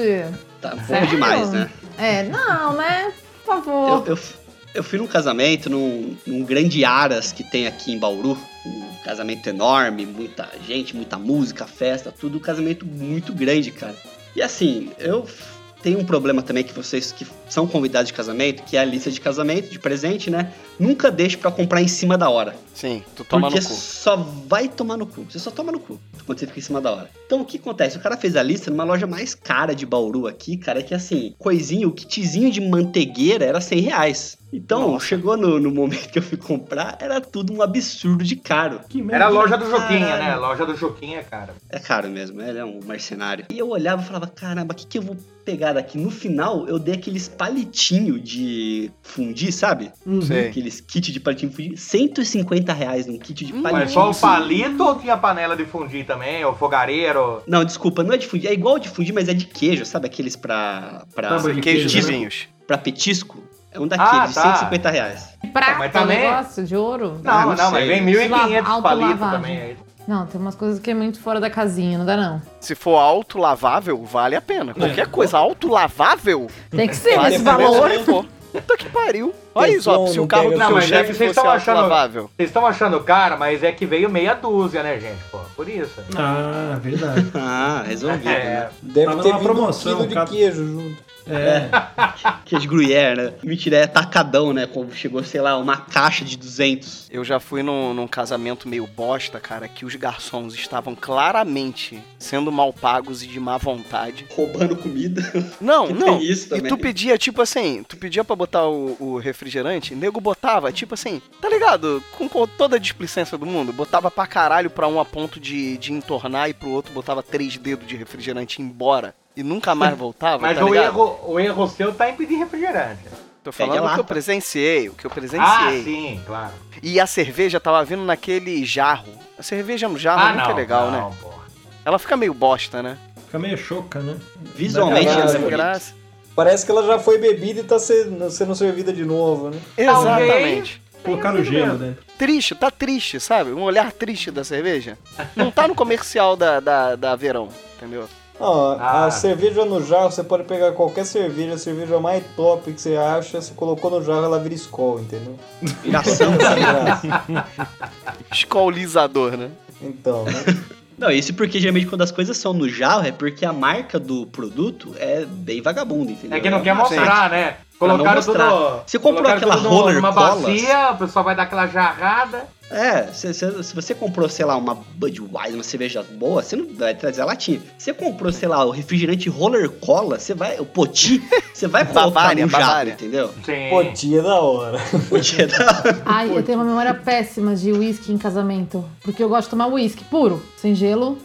Speaker 3: Tá bom
Speaker 4: Sério?
Speaker 3: demais, né?
Speaker 4: É, não, né? Por favor.
Speaker 3: Eu, eu, f- eu fui num casamento num, num grande Aras que tem aqui em Bauru. Um casamento enorme, muita gente, muita música, festa, tudo. Um casamento muito grande, cara. E assim, eu f- tenho um problema também que vocês que são convidados de casamento, que é a lista de casamento, de presente, né? Nunca deixe pra comprar em cima da hora.
Speaker 2: Sim, tu toma
Speaker 3: porque assim,
Speaker 2: no cu.
Speaker 3: só vai tomar no cu. Você só toma no cu quando você fica em cima da hora. Então o que acontece? O cara fez a lista numa loja mais cara de Bauru aqui, cara, que assim, coisinho, o kitzinho de mantegueira era 100 reais. Então, chegou no, no momento que eu fui comprar, era tudo um absurdo de caro.
Speaker 1: Que merda.
Speaker 5: Era a loja do Joquinha, né? A loja do Joquinha, cara.
Speaker 3: É caro mesmo, ele é um mercenário. E eu olhava e falava, caramba, o que, que eu vou pegar daqui? No final, eu dei aqueles palitinho de fundir, sabe?
Speaker 1: Uhum.
Speaker 2: Sei.
Speaker 3: Aqueles kit de palitinho de fundir. 150 reais num kit de
Speaker 2: Hum,
Speaker 3: palitinho. assim.
Speaker 5: Mas só o
Speaker 3: de
Speaker 5: palito ou tinha panela de fundir também? Ou fogareiro?
Speaker 3: Não, desculpa, não é de fundir. É igual de fundir, mas é de queijo, sabe? Aqueles pra, pra,
Speaker 1: Tá, mas-
Speaker 2: Queijos
Speaker 1: Queijo, né?
Speaker 2: vizinhos.
Speaker 3: pra petisco. É um daqueles,
Speaker 5: Ah,
Speaker 3: de
Speaker 5: tá.
Speaker 3: 150 reais.
Speaker 4: Prata,
Speaker 5: mas também-
Speaker 4: negócio de ouro.
Speaker 5: Não, não,
Speaker 3: não
Speaker 5: mas
Speaker 3: sei.
Speaker 5: vem 1.500
Speaker 4: Lava-
Speaker 5: palitos
Speaker 4: autolavagem.
Speaker 5: também. aí.
Speaker 4: Não, tem umas coisas que é muito fora da casinha, não dá não.
Speaker 2: Se for autolavável, vale a pena. Qualquer coisa autolavável,
Speaker 4: Tem que ser
Speaker 2: vale
Speaker 4: nesse
Speaker 2: a pena.
Speaker 4: valor.
Speaker 2: Pô, Puta que pariu. Olha isso, ó,
Speaker 6: Teflon,
Speaker 2: se
Speaker 6: Então,
Speaker 2: o
Speaker 6: não
Speaker 2: carro do
Speaker 6: pega-
Speaker 5: Não,
Speaker 2: seu
Speaker 5: mas é
Speaker 2: chefe
Speaker 5: que vocês
Speaker 2: fosse
Speaker 5: estão achando-
Speaker 2: autolavável.
Speaker 5: Vocês estão achando caro, mas é que veio meia dúzia, né, gente? Pô, por isso.
Speaker 1: Ah, verdade.
Speaker 3: Ah, resolvido,
Speaker 5: É,
Speaker 3: né?
Speaker 6: Deve
Speaker 1: Tava
Speaker 6: ter
Speaker 1: numa
Speaker 6: vindo
Speaker 1: promoção,
Speaker 6: um quilo
Speaker 1: cara.
Speaker 6: de queijo junto.
Speaker 1: É.
Speaker 3: Queijo gruyère, né? Mentira, é tacadão, né? Como chegou, sei lá, uma caixa de 200.
Speaker 2: Eu já fui num, num casamento meio bosta, cara, que os garçons estavam claramente sendo mal pagos e de má vontade.
Speaker 3: Roubando comida.
Speaker 2: Não,
Speaker 3: Que
Speaker 2: não.
Speaker 3: tem isso
Speaker 2: e
Speaker 3: também.
Speaker 2: tu pedia, tipo assim, tu pedia pra botar o, o refrigerante, nego botava, tipo assim, tá ligado? Com, com toda a displicência do mundo, botava pra caralho pra um a ponto de, de entornar e pro outro botava três dedos de refrigerante e ia embora. E nunca mais voltava,
Speaker 5: Mas
Speaker 2: tá
Speaker 5: o,
Speaker 2: ligado?
Speaker 5: erro, o erro seu tá em pedir refrigerante.
Speaker 3: Pega
Speaker 2: Tô falando o que
Speaker 3: lata.
Speaker 2: eu presenciei, o que eu
Speaker 5: Ah,
Speaker 2: presenciei.
Speaker 5: sim, claro.
Speaker 2: e a cerveja tava vindo naquele jarro. A cerveja no jarro
Speaker 5: Ah,
Speaker 2: nunca
Speaker 5: não.
Speaker 2: é legal, né?
Speaker 5: não, porra.
Speaker 2: Ela fica meio bosta, né?
Speaker 1: Fica meio choca, né?
Speaker 3: Visualmente,
Speaker 6: Não,
Speaker 3: ela
Speaker 6: não,
Speaker 1: assim.
Speaker 3: é
Speaker 2: Sem
Speaker 6: não.
Speaker 3: bonita.
Speaker 2: graça.
Speaker 6: Parece que ela já foi bebida e tá sendo, sendo servida de novo, né?
Speaker 2: Exatamente.
Speaker 1: Colocaram gelo né? dentro.
Speaker 2: Triste, tá triste, sabe? Um olhar triste da cerveja. Não tá no comercial da, da, da Verão, entendeu?
Speaker 6: Não, a-
Speaker 5: Ah.
Speaker 6: a cerveja no jarro, você pode pegar qualquer cerveja, a cerveja mais top que você acha, você colocou no jarro, ela vira escola, entendeu?
Speaker 3: Viração.
Speaker 6: Essa graça.
Speaker 2: Escolizador, né?
Speaker 6: Então, né?
Speaker 3: Não, isso porque geralmente quando as coisas são no jarro é porque a marca do produto é bem vagabunda, entendeu?
Speaker 5: É que não quer
Speaker 3: uma marca.
Speaker 5: mostrar, né?
Speaker 3: Pra não
Speaker 5: Colocaram
Speaker 3: mostrar.
Speaker 5: tudo.
Speaker 3: Você comprou
Speaker 5: colocaram
Speaker 3: aquela
Speaker 5: tudo
Speaker 3: roller
Speaker 5: numa
Speaker 3: colas?
Speaker 5: bacia, o pessoal vai dar aquela jarrada.
Speaker 3: É, se, se- se você comprou, sei lá, uma Budweiser, uma cerveja boa, você não vai trazer a latinha. Você comprou, sei lá, o refrigerante roller cola, você vai, o poti, você vai colocar
Speaker 2: Bavária,
Speaker 3: no jarro,
Speaker 2: Bavária.
Speaker 3: entendeu?
Speaker 5: Sim.
Speaker 6: pô, tia da hora.
Speaker 3: Poti é da...
Speaker 4: Ai, eu tenho uma memória péssima de uísque em casamento. Porque eu gosto de tomar uísque puro, sem gelo.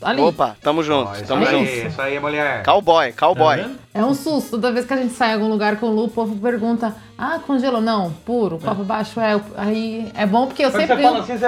Speaker 4: Ali.
Speaker 2: Opa, tamo junto,
Speaker 5: Ó, isso,
Speaker 2: tamo
Speaker 4: é
Speaker 2: junto.
Speaker 5: aí, isso aí, mulher.
Speaker 2: Cowboy, cowboy.
Speaker 1: Tá vendo?
Speaker 4: É um susto. Toda vez que a gente sai em algum lugar com lu, o povo pergunta: Ah, congelou? Não, puro, copo baixo é. Aí é bom porque eu
Speaker 5: Quando
Speaker 4: sempre.
Speaker 5: você fala assim,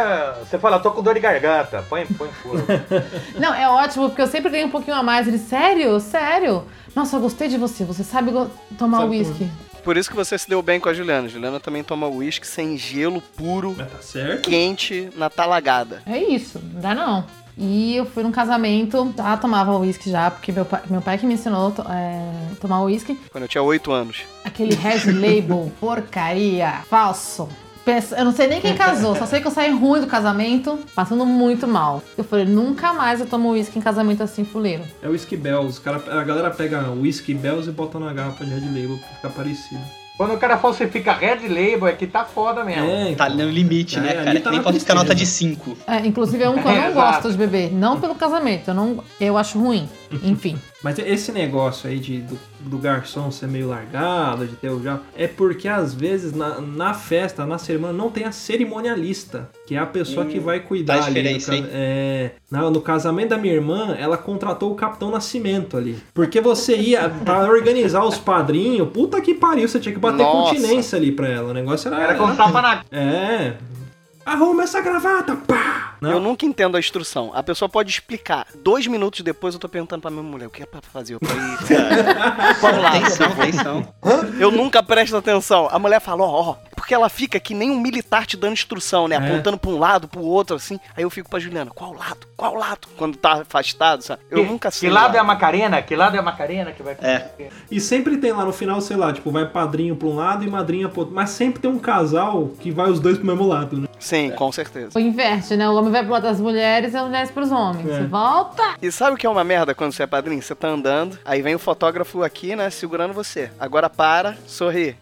Speaker 5: você, você fala, tô com dor de garganta. Põe, põe furo. assim-
Speaker 4: Não, é ótimo, porque eu sempre ganho um pouquinho a mais. Ele, sério? Sério? Nossa, eu gostei de você. Você sabe go- tomar
Speaker 1: Sabe
Speaker 4: uísque.
Speaker 2: Por isso que você se deu bem com a Juliana. Juliana também toma uísque sem gelo, puro,
Speaker 1: Mas tá certo.
Speaker 2: quente, na talagada.
Speaker 4: É isso, não dá não. E eu fui num casamento, já tomava uísque já, porque meu pai, meu pai que me ensinou a to- é, tomar uísque.
Speaker 2: Quando eu tinha 8 anos.
Speaker 4: Aquele red label, porcaria, falso. Pensa- Eu não sei nem quem casou, só sei que eu saí ruim do casamento, passando muito mal. Eu falei, nunca mais eu tomo uísque em casamento assim, fuleiro.
Speaker 1: É o Whisky Bells. Os cara, a galera pega Whisky Bells e bota na garrafa de Red Label pra ficar parecido.
Speaker 5: Quando o cara falsifica Red Label, é que tá foda mesmo.
Speaker 1: É,
Speaker 3: Tá no limite,
Speaker 1: É,
Speaker 3: né,
Speaker 1: ali
Speaker 3: cara?
Speaker 1: tá
Speaker 3: que nem
Speaker 1: na
Speaker 3: pode ficar
Speaker 1: tristeza.
Speaker 3: nota de 5.
Speaker 4: É, inclusive é um que eu
Speaker 5: É,
Speaker 4: não
Speaker 5: exato.
Speaker 4: gosto de beber, não pelo casamento, eu, não, eu acho ruim. Enfim.
Speaker 1: Mas esse negócio aí de, do, do garçom ser meio largado, de ter o já, é porque às vezes na, na festa, na cerimônia, não tem a cerimonialista, que é a pessoa que vai cuidar
Speaker 3: faz
Speaker 1: ali. no
Speaker 3: diferença,
Speaker 1: ca-
Speaker 3: hein?
Speaker 1: é, na- no casamento da minha irmã, ela contratou o Capitão Nascimento ali. Porque você ia pra organizar os padrinhos, puta que pariu, você tinha que bater
Speaker 2: Nossa.
Speaker 1: continência ali pra ela. O negócio era.
Speaker 5: Era com tapa na
Speaker 1: É. Arruma essa gravata, pá! Não.
Speaker 2: Eu nunca entendo a instrução. A pessoa pode explicar. Dois minutos depois eu tô perguntando pra minha mulher o que é pra fazer. Eu, falei, Vamos lá.
Speaker 3: Atenção, atenção.
Speaker 2: eu nunca presto atenção. A mulher fala, ó, ó. Porque ela fica que nem um militar te dando instrução, né?
Speaker 1: É.
Speaker 2: Apontando pra um lado, pro outro, assim. Aí eu fico pra Juliana, qual lado? Qual lado? Quando tá afastado, sabe? Eu nunca sei.
Speaker 5: Que
Speaker 2: o
Speaker 5: lado é a Macarena? Que lado é a Macarena que vai.
Speaker 3: É.
Speaker 1: E sempre tem lá no final, sei lá, tipo, vai padrinho pra um lado e madrinha pro outro. Mas sempre tem um casal que vai os dois pro mesmo lado, né?
Speaker 2: Sim, com certeza.
Speaker 4: Ou inverte, né? O homem vai pro lado das mulheres e as mulheres pros homens.
Speaker 1: É.
Speaker 4: Volta!
Speaker 2: E sabe o que é uma merda quando você é padrinho? Você tá andando, aí vem o fotógrafo aqui, né, segurando você. Agora para, sorri.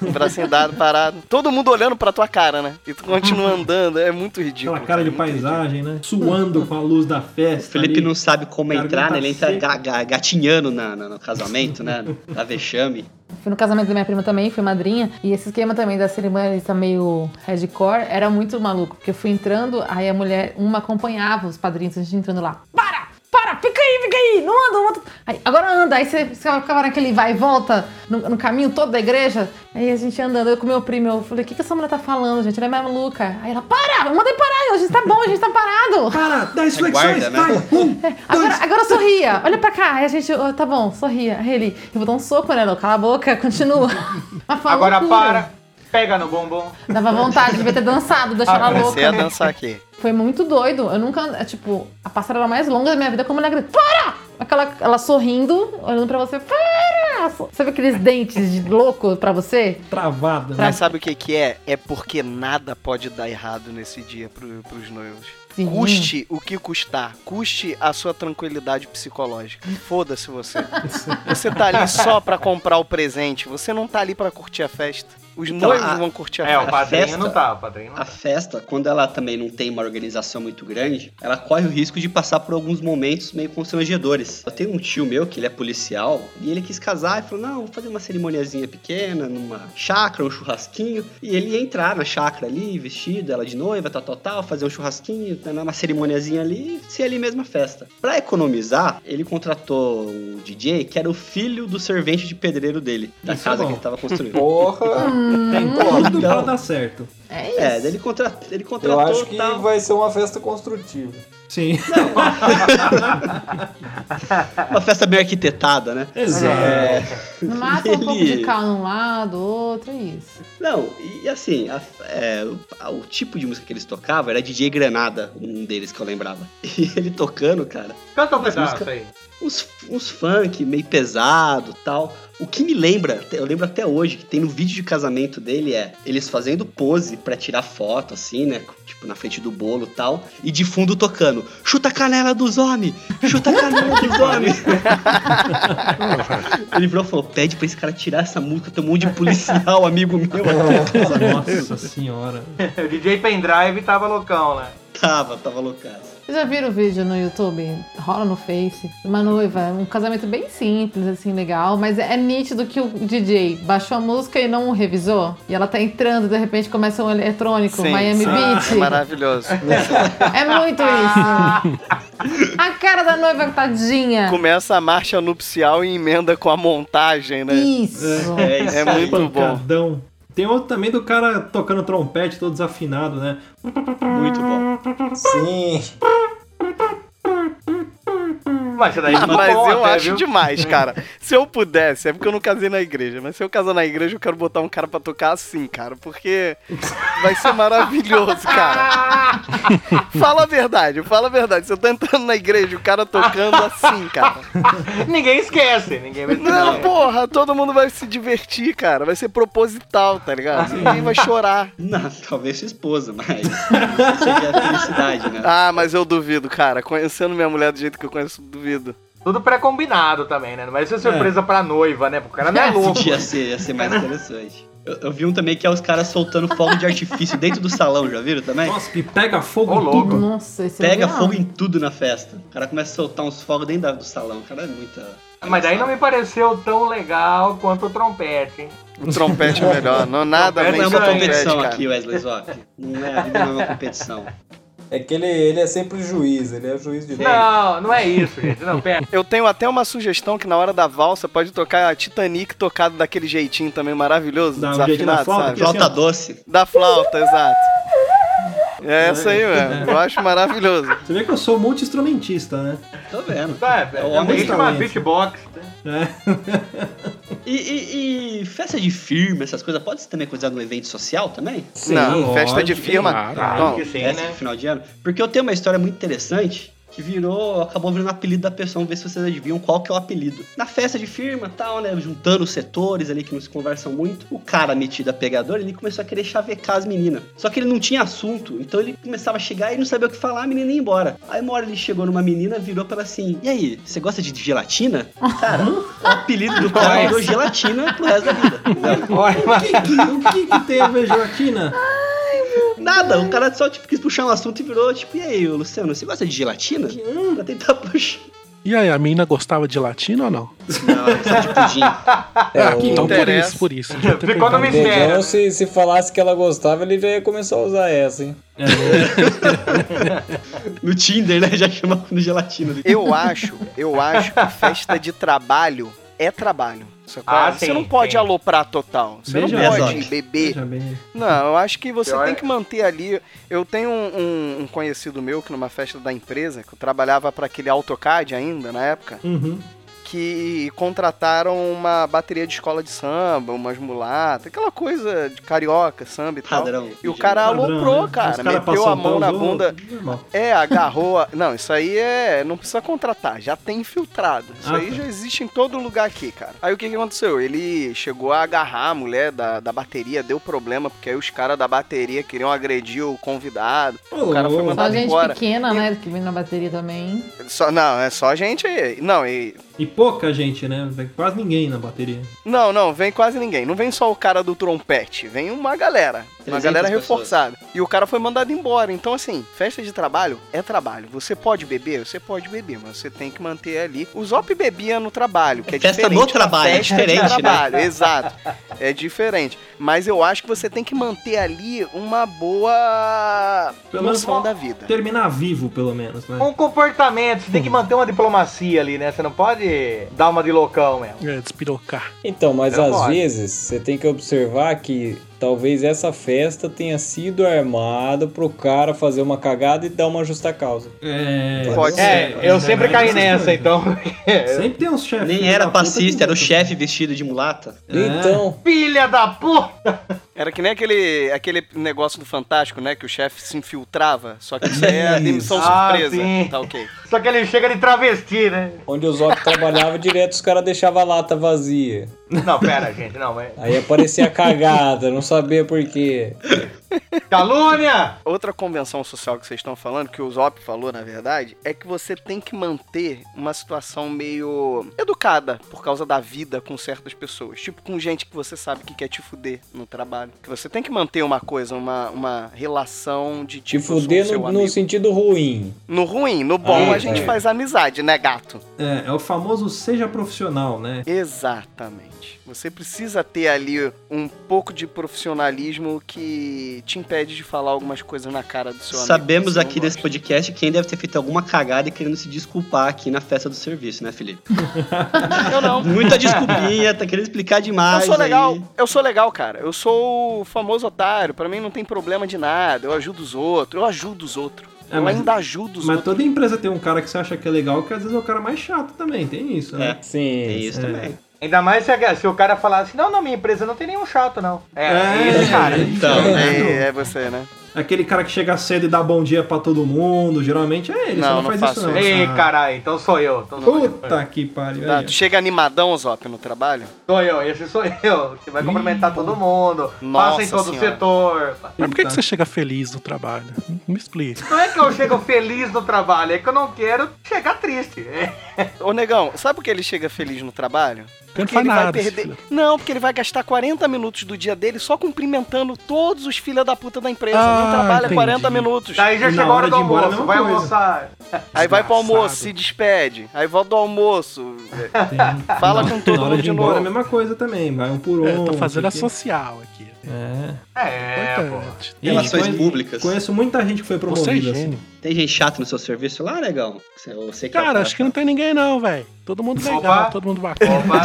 Speaker 2: O bracinho dado, parado. Todo mundo olhando pra tua cara, né? E tu continua andando, é muito ridículo.
Speaker 1: Aquela cara de
Speaker 2: é muito ridículo.
Speaker 1: paisagem, né? Suando com a luz da
Speaker 3: O
Speaker 1: festa.
Speaker 3: Felipe
Speaker 1: ali.
Speaker 3: não sabe como
Speaker 1: Cara,
Speaker 3: entrar,
Speaker 1: tá
Speaker 3: né? Ele entra
Speaker 1: seco.
Speaker 3: ga- ga- gatinhando na, na- no casamento, né? Da vexame.
Speaker 4: Fui no casamento da minha prima também, fui madrinha. E esse esquema também da cerimonialista meio hardcore era muito maluco. Porque eu fui entrando, aí a mulher, uma acompanhava os padrinhos, a gente entrando lá. Para! Para! Fica aí, fica aí! Não anda, não anda! Aí, agora anda! Aí você você ficava naquele vai e volta no, no caminho todo da igreja. Aí a gente andando, eu com meu primo, eu falei, o que, que essa mulher tá falando, gente? Ela é maluca. Aí ela, para! Eu mandei parar! A gente tá bom, a gente tá parado!
Speaker 1: Para, 10 flexões,
Speaker 3: guarda, né?
Speaker 1: vai! Um,
Speaker 4: Agora, agora sorria. Olha pra cá. Aí a gente, ó, tá bom, sorria. Aí ele, eu vou dar um soco nela. Cala a boca, continua. Mas foi uma
Speaker 5: Agora
Speaker 4: loucura.
Speaker 5: para, pega no bumbum.
Speaker 4: Dava vontade, devia ter dançado, deixar ela louca.
Speaker 2: Comecei a dançar aqui.
Speaker 4: Foi muito doido. Eu nunca, é, tipo, a passarela mais longa da minha vida, como ela grita, para! Aquela, ela sorrindo, olhando pra você, para! Sabe aqueles dentes de louco pra você?
Speaker 1: travada, né?
Speaker 2: Mas sabe o que que é? É porque nada pode dar errado nesse dia pro, pros noivos.
Speaker 4: Sim.
Speaker 2: Custe o que custar. Custe a sua tranquilidade psicológica. Foda-se você. Você tá ali só pra comprar o presente. Você não tá ali pra curtir a festa. Os
Speaker 3: Então,
Speaker 2: noivos
Speaker 3: a-
Speaker 2: vão curtir a
Speaker 5: É, o
Speaker 2: festa.
Speaker 5: padrinho
Speaker 3: festa-
Speaker 5: não tá, o padrinho não tá.
Speaker 3: A festa, quando ela também não tem uma organização muito grande, ela corre o risco de passar por alguns momentos meio constrangedores. Eu tenho um tio meu que ele é policial e ele quis casar e falou: não, vou fazer uma cerimoniazinha pequena, numa chácara, um churrasquinho. E ele ia entrar na chácara ali, vestido, ela de noiva, tal, tal, tal, fazer um churrasquinho, né, uma cerimoniazinha ali e ser ali mesmo a festa. Pra economizar, ele contratou o DJ que era o filho do servente de pedreiro dele, da
Speaker 1: Isso é
Speaker 3: casa
Speaker 1: bom.
Speaker 3: que ele tava construindo.
Speaker 6: Porra,
Speaker 1: Tem tudo pra
Speaker 3: Então.
Speaker 1: dar certo.
Speaker 4: É
Speaker 3: É,
Speaker 4: isso.
Speaker 3: daí ele, contra... ele
Speaker 6: eu
Speaker 3: contratou
Speaker 6: acho que
Speaker 1: tá-
Speaker 3: tal.
Speaker 6: vai ser uma festa construtiva.
Speaker 1: Sim,
Speaker 3: Uma festa bem arquitetada, né?
Speaker 1: exato.
Speaker 2: É,
Speaker 4: No máximo um pouco
Speaker 3: ele-
Speaker 4: de cal num lado, outro, é isso.
Speaker 3: Não, e assim, a- é, o, a- o tipo de música que eles tocavam era DJ Granada, um deles que eu lembrava. E ele tocando, cara,
Speaker 5: Canta um pedaço
Speaker 3: música-
Speaker 5: aí.
Speaker 3: uns, uns funk meio pesado tal. O que me lembra, te- eu lembro até hoje, que tem no vídeo de casamento dele é eles fazendo pose pra tirar foto, assim, né? Tipo, na frente do bolo tal. E de fundo tocando: chuta a canela dos homens! Chuta a canela dos homens! Ele virou e falou: pede pra esse cara tirar essa música, tem um monte de policial, amigo meu. aqui.
Speaker 1: Nossa senhora.
Speaker 5: O DJ Pendrive tava loucão, né?
Speaker 3: Tava, tava loucaço.
Speaker 4: Vocês já viram o vídeo no YouTube? Rola no Face. Uma noiva, um casamento bem simples, assim, legal. Mas é nítido que o DJ baixou a música e não revisou. E ela tá entrando, de repente começa um eletrônico,
Speaker 2: Sim,
Speaker 4: Miami
Speaker 2: sim. É
Speaker 4: Beach.
Speaker 2: maravilhoso.
Speaker 4: É muito isso. a cara da noiva, tadinha.
Speaker 2: Começa a marcha nupcial e emenda com a montagem, né?
Speaker 4: Isso.
Speaker 3: É isso.
Speaker 2: É
Speaker 3: aí.
Speaker 2: muito bom.
Speaker 1: Pancadão. Tem outro também do cara tocando trompete, todo desafinado, né?
Speaker 3: Muito bom.
Speaker 6: Sim.
Speaker 5: Mas isso daí ficou
Speaker 2: Ah, Mas
Speaker 5: bom
Speaker 2: eu
Speaker 5: até,
Speaker 2: acho
Speaker 5: viu?
Speaker 2: demais, cara. Se eu pudesse, é porque eu não casei na igreja, mas se eu casar na igreja, eu quero botar um cara pra tocar assim, cara, porque vai ser maravilhoso, cara. Fala a verdade, fala a verdade. Se eu tô entrando na igreja, o cara tocando assim, cara.
Speaker 5: Ninguém esquece, ninguém vai
Speaker 2: Não, porra, todo mundo vai se divertir, cara. Vai ser proposital, tá ligado? Ninguém vai chorar.
Speaker 3: Não, talvez sua esposa, mas. Cheguei à felicidade, né?
Speaker 2: Ah, mas eu duvido, cara. Conhecendo minha mulher do jeito que eu conheço, duvido.
Speaker 5: Tudo pré-combinado também, né? Não vai ser surpresa pra noiva, né? Porque o cara não é louco.
Speaker 3: Ia ser, ia ser mais interessante. Eu, eu vi um também que é os caras soltando fogo de artifício dentro do salão, já viram também?
Speaker 1: Nossa, que pega fogo
Speaker 5: Ô,
Speaker 1: em
Speaker 5: louco.
Speaker 1: tudo.
Speaker 4: Nossa, esse é eu
Speaker 3: Pega
Speaker 4: não vi, não.
Speaker 3: fogo em tudo na festa. O cara começa a soltar uns fogos dentro da- do salão. O cara é muita.
Speaker 5: Ah, Mas daí não é me pareceu tão legal quanto o trompete, hein?
Speaker 2: O trompete é melhor. Não, nada
Speaker 5: Trompete
Speaker 3: Não
Speaker 5: mas
Speaker 3: é
Speaker 2: vem com
Speaker 3: uma
Speaker 5: ganha,
Speaker 2: trompete,
Speaker 3: competição
Speaker 2: cara.
Speaker 3: aqui, Wesley Zop. Não é, a vida não é uma competição.
Speaker 6: É que ele, ele é sempre juiz, ele é juiz de tudo.
Speaker 5: Não, não é isso, gente. Não, pera.
Speaker 2: Eu tenho até uma sugestão que na hora da valsa pode tocar a Titanic tocado daquele jeitinho também maravilhoso,
Speaker 1: Dá um jeitinho na
Speaker 2: desafinado,
Speaker 1: flauta,
Speaker 2: sabe?
Speaker 1: que é-
Speaker 5: assim,
Speaker 3: Flauta doce.
Speaker 2: Da flauta, exato. É essa aí, mano. Eu acho maravilhoso.
Speaker 1: Você vê que eu sou multi-instrumentista, né?
Speaker 3: Tô vendo.
Speaker 5: Sabe?
Speaker 3: É
Speaker 5: É
Speaker 3: o
Speaker 5: uma
Speaker 3: homem
Speaker 5: vítima
Speaker 1: talento.
Speaker 5: beatbox. né?
Speaker 1: É.
Speaker 3: E, e- e festa de firma, essas coisas, pode ser também considerado um evento social também?
Speaker 2: não,
Speaker 1: lógico,
Speaker 2: festa de firma.
Speaker 7: claro.
Speaker 2: Bom, é
Speaker 5: que assim, né? sim,
Speaker 3: festa de final de ano. Porque eu tenho uma história muito interessante que virou, acabou virando o apelido da pessoa. Vamos ver se vocês adivinham qual que é o apelido. Na festa de firma, tal, né? Juntando os setores ali que não se conversam muito. O cara metido a pegador, ele começou a querer chavecar as meninas. Só que ele não tinha assunto. Então ele começava a chegar e não sabia o que falar, a menina ia embora. Aí uma hora ele chegou numa menina, virou pra ela assim: E aí, você gosta de gelatina? Cara, o apelido do cara virou gelatina pro resto da vida. entendeu?
Speaker 1: O que, que- o que que tem a ver gelatina?
Speaker 3: Nada, o cara só tipo, quis puxar um assunto e virou, tipo, e aí, ô, Luciano, você gosta de gelatina? Pra tentar puxar.
Speaker 7: E aí, a menina gostava de latino ou não?
Speaker 3: Não, tipo ela gosta de pudim.
Speaker 1: Ah,
Speaker 6: É, o-
Speaker 7: então por
Speaker 2: interessa.
Speaker 7: isso, por isso. Devia ter
Speaker 5: Ficou no
Speaker 7: perguntado.
Speaker 5: mistério.
Speaker 6: Negão, se, se falasse que ela gostava, ele já ia começar a usar essa, hein?
Speaker 3: No Tinder, né? Já chamava de gelatina. ali.
Speaker 2: eu acho, eu acho que festa de trabalho é trabalho. sacou?
Speaker 5: Ah,
Speaker 2: você
Speaker 5: sim,
Speaker 2: não pode
Speaker 5: sim.
Speaker 2: aloprar total. Você
Speaker 1: Veja
Speaker 2: não pode
Speaker 3: só.
Speaker 2: beber.
Speaker 1: Veja bem.
Speaker 2: Não, eu acho que você
Speaker 5: Pior
Speaker 2: tem
Speaker 5: é-
Speaker 2: que manter ali. Eu tenho um, um- um conhecido meu que numa festa da empresa, que eu trabalhava para aquele AutoCAD ainda na época,
Speaker 1: Uhum.
Speaker 2: que contrataram uma bateria de escola de samba, umas mulatas, aquela coisa de carioca, samba e tal.
Speaker 3: Padrão.
Speaker 2: E o cara
Speaker 1: Padrão,
Speaker 2: aloprou,
Speaker 1: né? Os
Speaker 2: cara.
Speaker 1: cara
Speaker 2: Meteu
Speaker 1: passou
Speaker 2: a mão
Speaker 1: tal,
Speaker 2: na
Speaker 1: usou,
Speaker 2: bunda.
Speaker 1: normal.
Speaker 2: É, agarrou. A... Não, isso aí é. Não precisa contratar, já tem infiltrado. Isso
Speaker 1: Ah,
Speaker 2: aí
Speaker 1: tá.
Speaker 2: já existe em todo lugar aqui, cara. Aí o que, que aconteceu? Ele chegou a agarrar a mulher da, da bateria, deu problema, porque aí os caras da bateria queriam agredir o convidado.
Speaker 1: Ô,
Speaker 2: cara foi
Speaker 1: ô,
Speaker 2: mandar-
Speaker 4: Só
Speaker 2: Tá
Speaker 4: gente
Speaker 2: embora.
Speaker 4: pequena, né? Que vem na bateria também.
Speaker 2: Só, não, é só a gente aí. Não, e.
Speaker 1: E pouca gente, né? Quase ninguém na bateria.
Speaker 2: Não, não, vem quase ninguém. Não vem só o cara do trompete, vem uma galera. Uma
Speaker 3: 300
Speaker 2: galera
Speaker 3: pessoas.
Speaker 2: reforçada. E o cara foi mandado embora. Então, assim, festa de trabalho é trabalho. Você pode beber? Você pode beber, mas você tem que manter ali. O Zop bebia no trabalho, que é
Speaker 3: Festa
Speaker 2: diferente
Speaker 3: no
Speaker 2: da
Speaker 3: trabalho, é
Speaker 2: festa
Speaker 3: diferente, né?
Speaker 2: de trabalho, exato. É diferente. Mas eu acho que você tem que manter ali uma boa
Speaker 1: Pelo menos
Speaker 2: noção
Speaker 1: uma-
Speaker 2: da vida.
Speaker 1: Terminar vivo, pelo menos,
Speaker 2: é
Speaker 1: né?
Speaker 5: Um comportamento, você tem
Speaker 2: Hum.
Speaker 5: que manter uma diplomacia ali, né? Você não pode dar uma de loucão mesmo.
Speaker 7: É, despirocar.
Speaker 6: Então, mas
Speaker 5: Não
Speaker 6: às
Speaker 5: pode.
Speaker 6: vezes você tem que observar que talvez essa festa tenha sido armada pro cara fazer uma cagada e dar uma justa causa.
Speaker 1: É,
Speaker 2: Pode
Speaker 5: É,
Speaker 2: ser.
Speaker 5: eu sempre caí nessa, então.
Speaker 1: Sempre tem uns chefes.
Speaker 3: É, Nem
Speaker 1: filho
Speaker 3: era
Speaker 1: da puta que-
Speaker 3: passista, era o chefe vestido de mulata.
Speaker 1: É.
Speaker 6: Então,
Speaker 5: Filha da puta!
Speaker 2: Era que nem aquele, aquele negócio do Fantástico, né? Que o chefe se infiltrava. Só que isso aí é a demissão
Speaker 5: Isso. Ah,
Speaker 2: surpresa.
Speaker 5: sim.
Speaker 2: Tá ok.
Speaker 5: Só que ele chega de travesti, né?
Speaker 6: onde os outros trabalhavam direto, os caras deixavam a lata vazia.
Speaker 5: Não, pera, gente, não, é.
Speaker 6: Aí aparecia a cagada, não sabia por quê.
Speaker 5: Calúnia!
Speaker 2: Outra convenção social que vocês estão falando, que o Zop falou, na verdade, é que você tem que manter uma situação meio educada por causa da vida com certas pessoas. Tipo, com gente que você sabe que quer te fuder no trabalho. Que você tem que manter uma coisa, uma, uma relação de
Speaker 6: Te
Speaker 2: tipo, eu sou
Speaker 6: fuder
Speaker 2: seu
Speaker 6: no, no
Speaker 2: amigo.
Speaker 6: sentido ruim.
Speaker 2: No ruim, no bom,
Speaker 6: Ah,
Speaker 2: a gente
Speaker 6: é.
Speaker 2: faz amizade, né, gato?
Speaker 1: É, é o famoso seja profissional, né?
Speaker 2: Exatamente. Você precisa ter ali um pouco de profissionalismo que te impede de falar algumas coisas na cara do seu amigo.
Speaker 3: Sabemos
Speaker 2: Você não
Speaker 3: aqui nesse
Speaker 2: gosta.
Speaker 3: podcast quem deve ter feito alguma cagada e querendo se desculpar aqui na festa do serviço, né, Felipe?
Speaker 2: Eu não.
Speaker 3: Muita desculpinha, tá querendo explicar
Speaker 2: Eu
Speaker 3: demais.
Speaker 2: sou legal,
Speaker 3: aí.
Speaker 2: eu sou legal, cara. Eu sou o famoso otário, pra mim não tem problema de nada. Eu ajudo os outros, eu ajudo os outros.
Speaker 1: É,
Speaker 2: eu
Speaker 1: mas-
Speaker 2: ainda ajudo os
Speaker 1: Mas
Speaker 2: outros.
Speaker 1: toda empresa tem um cara que você acha que é legal, que às vezes é o cara mais chato também, tem isso, né?
Speaker 3: É,
Speaker 6: Sim.
Speaker 3: tem isso
Speaker 1: É.
Speaker 3: também.
Speaker 5: Ainda mais se, a- se o cara falasse, não, na minha empresa não tem nenhum chato, não. É, é isso, cara.
Speaker 3: então,
Speaker 1: tá
Speaker 3: né?
Speaker 2: É, é você, né?
Speaker 1: Aquele cara que chega cedo e dá bom dia pra todo mundo, geralmente é ele,
Speaker 2: Não,
Speaker 1: só não,
Speaker 2: não
Speaker 1: faz
Speaker 2: faço
Speaker 1: isso não.
Speaker 2: isso.
Speaker 5: Ei,
Speaker 1: Ah,
Speaker 5: caralho, então sou eu. Então
Speaker 2: Uh.
Speaker 5: sou, eu.
Speaker 1: Puta que pariu.
Speaker 2: Tá,
Speaker 1: aí, ó.
Speaker 2: tu chega animadão, Zop, no trabalho.
Speaker 5: Sou eu, esse sou eu. Que vai cumprimentar todo mundo.
Speaker 2: Nossa
Speaker 5: passa em todo
Speaker 2: senhora.
Speaker 5: o setor.
Speaker 7: Mas por que,
Speaker 1: Tá.
Speaker 7: que você chega feliz no trabalho? Me explica.
Speaker 5: Não é que eu chego feliz no trabalho, é que eu não quero chegar triste. É.
Speaker 2: Ô, negão, sabe por que ele chega feliz no trabalho?
Speaker 7: Porque não
Speaker 2: Porque
Speaker 7: faz
Speaker 2: ele vai
Speaker 7: nada. esse
Speaker 2: perder.
Speaker 7: filho.
Speaker 2: Não, porque ele vai gastar 40 minutos do dia dele só cumprimentando todos os filha da puta da empresa.
Speaker 7: Ah,
Speaker 2: Não trabalha
Speaker 7: entendi.
Speaker 2: 40 minutos.
Speaker 5: Daí
Speaker 1: Na
Speaker 5: já chegou a hora
Speaker 1: hora
Speaker 5: do
Speaker 1: de ir embora, é
Speaker 5: almoço,
Speaker 1: mesma
Speaker 5: vai
Speaker 1: coisa.
Speaker 5: almoçar.
Speaker 2: Aí vai pro almoço,
Speaker 7: Desgraçado.
Speaker 2: se despede. Aí volta ao almoço.
Speaker 1: Tem-
Speaker 2: Fala
Speaker 1: na-
Speaker 2: com todo
Speaker 1: na hora
Speaker 2: mundo de
Speaker 1: ir embora
Speaker 2: novo.
Speaker 1: É a mesma coisa também, vai um por um.
Speaker 7: É, tô fazendo
Speaker 1: não
Speaker 7: a
Speaker 1: sei o
Speaker 7: social aqui.
Speaker 1: quê. É.
Speaker 5: É, pô.
Speaker 7: Importante.
Speaker 1: E
Speaker 3: Relações
Speaker 1: conhe-
Speaker 3: públicas.
Speaker 1: Conheço muita gente que foi
Speaker 7: Você é
Speaker 1: promovida. assim.
Speaker 7: gênio.
Speaker 3: Tem gente chata no seu serviço lá, negão? Você- eu sei que é o
Speaker 7: Cara, acho que não tem ninguém não, velho. Todo mundo legal,
Speaker 5: Opa.
Speaker 7: todo mundo bacana.
Speaker 5: Opa.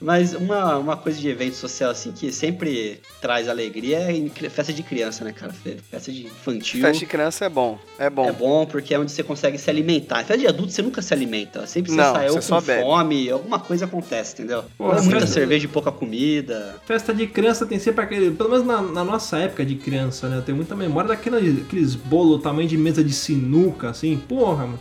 Speaker 3: Mas uma, uma coisa de evento social, assim, que sempre traz alegria é em cri- festa de criança, né, cara? Fe- Festa de infantil.
Speaker 2: Festa de criança é bom. É bom.
Speaker 3: É bom porque é onde você consegue se alimentar. Festa de adulto você nunca se alimenta. Sempre você
Speaker 2: Não,
Speaker 3: sai
Speaker 2: você
Speaker 3: ou
Speaker 2: só
Speaker 3: com
Speaker 2: bebe.
Speaker 3: fome, alguma coisa acontece, entendeu?
Speaker 1: Pô,
Speaker 3: Ou é
Speaker 1: sim.
Speaker 3: muita cerveja e pouca comida.
Speaker 1: Festa de criança tem sempre aquele. Pelo menos na, na nossa época de criança, né? Eu tenho muita memória daqueles aqueles bolo tamanho de mesa de sinuca, assim. Porra, mano.